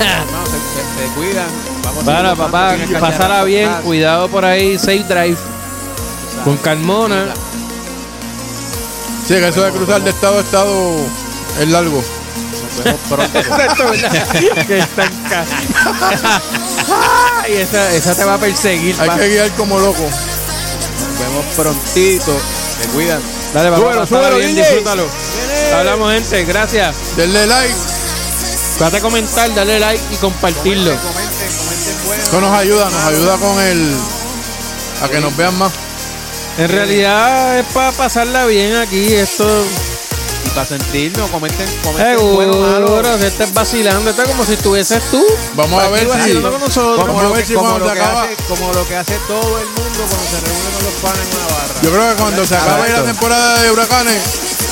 S3: Hermano, se, se- se cuidan. Vamos a
S1: Bueno,
S3: seguir
S1: papá,
S3: pasando, tienes que
S1: pasará
S3: hacer-
S1: bien.
S3: Ah,
S1: Cuidado por ahí. Safe drive. Con Carmona.
S2: Sí, que eso de cruzar de estado a estado es largo.
S3: nos vemos pronto.
S1: Exacto, ¿verdad? que está en casa. Ay, esa, esa te va a perseguir.
S2: Hay
S1: pa.
S2: que guiar como loco.
S3: Nos vemos prontito. Se cuidan.
S1: Dale, papá,
S2: Súbelo,
S1: pásala
S2: súbelo,
S1: bien,
S2: DJ.
S1: disfrútalo. Hablamos, gente. Gracias.
S2: Denle like,
S1: Trata de comentar, dale like y compartirlo.
S2: eso nos ayuda, nos ayuda con el. a que nos vean más.
S1: En realidad es para pasarla bien aquí. Esto
S3: Y para sentirnos, comenten, comenten Este bueno malo.
S1: seguro. Si estás vacilando, está como si estuvieses tú.
S2: Vamos a ver si.
S1: vacilando con nosotros.
S2: Vamos
S3: Como
S2: a
S3: lo,
S2: ver
S3: que,
S2: si
S3: como,
S2: cuando
S3: lo
S2: se
S3: que
S2: acaba.
S3: hace, como lo que hace todo el mundo cuando se reúne con los panes en una barra.
S2: Yo creo que cuando se acabe la temporada de huracanes,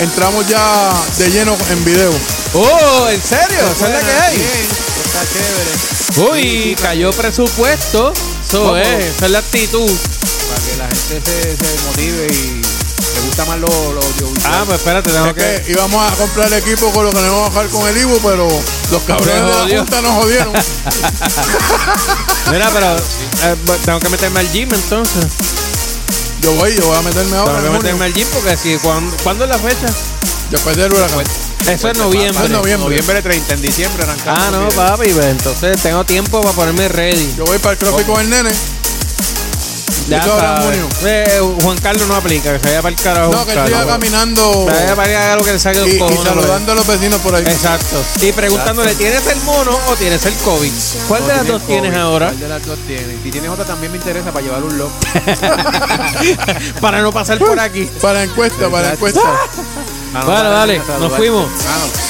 S2: entramos ya de lleno en video.
S1: Oh, ¿en serio? ¿Esa es la que hay?
S3: Bien, está chévere.
S1: Uy, cayó presupuesto. Eso
S3: Vamos.
S1: es, esa es la actitud.
S3: Para que la gente se, se motive y le gusta más lo, lo audiovisual.
S1: Ah, pues espérate, tengo
S2: Es
S1: que.
S2: que íbamos a comprar el equipo con lo que nos íbamos a bajar con el Ibu, pero los cabrones
S1: Nos
S2: de
S1: jodió.
S2: la Junta nos jodieron.
S1: Mira, pero eh, bu- tengo que meterme al gym entonces.
S2: Yo voy, yo voy a meterme ahora.
S1: Tengo que
S2: en
S1: meterme
S2: junio,
S1: al gym porque si, ¿cuándo, ¿cuándo es la fecha?
S2: Después del huracán.
S1: Eso es
S2: en
S1: noviembre.
S2: Pues, noviembre.
S3: Noviembre 30, en diciembre arrancamos.
S1: Ah, no,
S3: Mira.
S1: papi, pues entonces tengo tiempo para ponerme ready.
S2: Yo voy para el trópico con el nene.
S1: Ya
S2: Eso ahora en
S1: sabes.
S2: junio.
S1: Eh, Juan Carlos no aplica, que se vaya para el carajo.
S2: No,
S1: Juan
S2: que él siga
S1: Carlos.
S2: caminando
S1: Se vaya para allá, lo que le salga
S2: y,
S1: el
S2: y
S1: cojones, bro.
S2: saludando a los vecinos por ahí.
S1: Exacto. Y preguntándole, ¿tienes el mono o tienes el COVID? ¿Cuál de las
S3: Tiene
S1: dos tienes
S3: COVID,
S1: ahora? *laughs*
S3: ¿Cuál de las dos tienes? Si tienes otra también me interesa para llevar un loco.
S1: Para no pasar por aquí.
S2: Para encuesta, para encuesta.
S3: Ah,
S1: Bueno, dale, nos fuimos.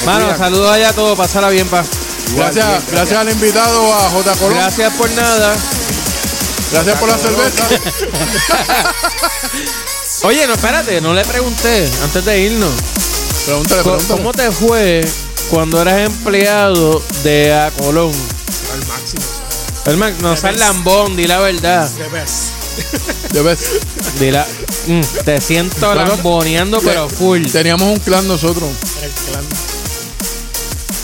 S1: Mano, saludos allá a todos, pasará bien, pa.
S2: Gracias, gracias al invitado a J. Colón. Gracias,
S1: Gracias por nada.
S2: por la cerveza.
S1: Oye, no, espérate, no le pregunté antes de irnos.
S2: Pregúntale,
S1: ¿Cómo,
S2: pregúntale.
S1: cómo te fue cuando eras empleado de A Colón?
S4: Al máximo. o
S1: Hermano, no seas lambón, di la verdad.
S4: sea, de best.
S2: De vez.
S1: Di la- Mm, te siento
S2: Bueno,
S1: lamboneando, pero full.
S2: Teníamos un clan nosotros.
S4: Era el clan,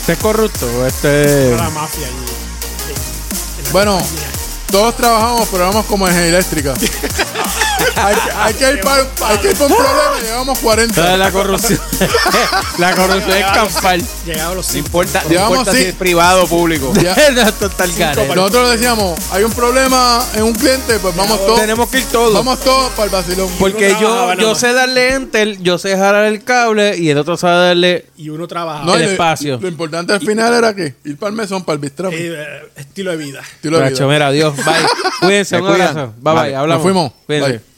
S1: Este es corrupto, este.
S4: era la mafia allí. En- en
S2: Bueno,
S4: Argentina.
S2: todos trabajamos, pero vamos como
S1: *laughs*
S2: en eléctrica. hay, hay que ir para hay que ir pa un problema, llevamos 40.
S1: La corrupción. *laughs* la corrupción es campal.
S4: Llegaba a los
S3: No
S4: cinco.
S3: importa, no
S2: Llevamos
S3: importa si
S2: cinco-
S3: es privado o público.
S1: *laughs*
S2: Ya.
S1: Esto está al garete.
S2: Nosotros decíamos, hay un problema en un cliente, pues vamos todos.
S1: Tenemos que ir todos.
S2: Vamos todos para el vacilón.
S1: Porque
S4: Uno
S1: yo,
S4: trabajaba
S1: yo
S4: nada
S1: sé darle enter, yo sé jalar el cable y el otro sabe darle.
S4: Y uno trabajaba.
S2: No,
S1: el
S2: y lo-
S1: espacio.
S2: Lo importante al final era que ir para el mesón, para el bistrón.
S4: Y, eh, estilo de vida.
S2: Estilo de vida. *laughs*
S1: Nacho, mira, adiós. Bye. Cuídense,
S3: Se
S1: un
S3: cuidan.
S1: abrazo. Bye bye.
S3: Vale,
S1: Hablamos.
S2: nos fuimos.
S1: Cuídense.
S2: Bye.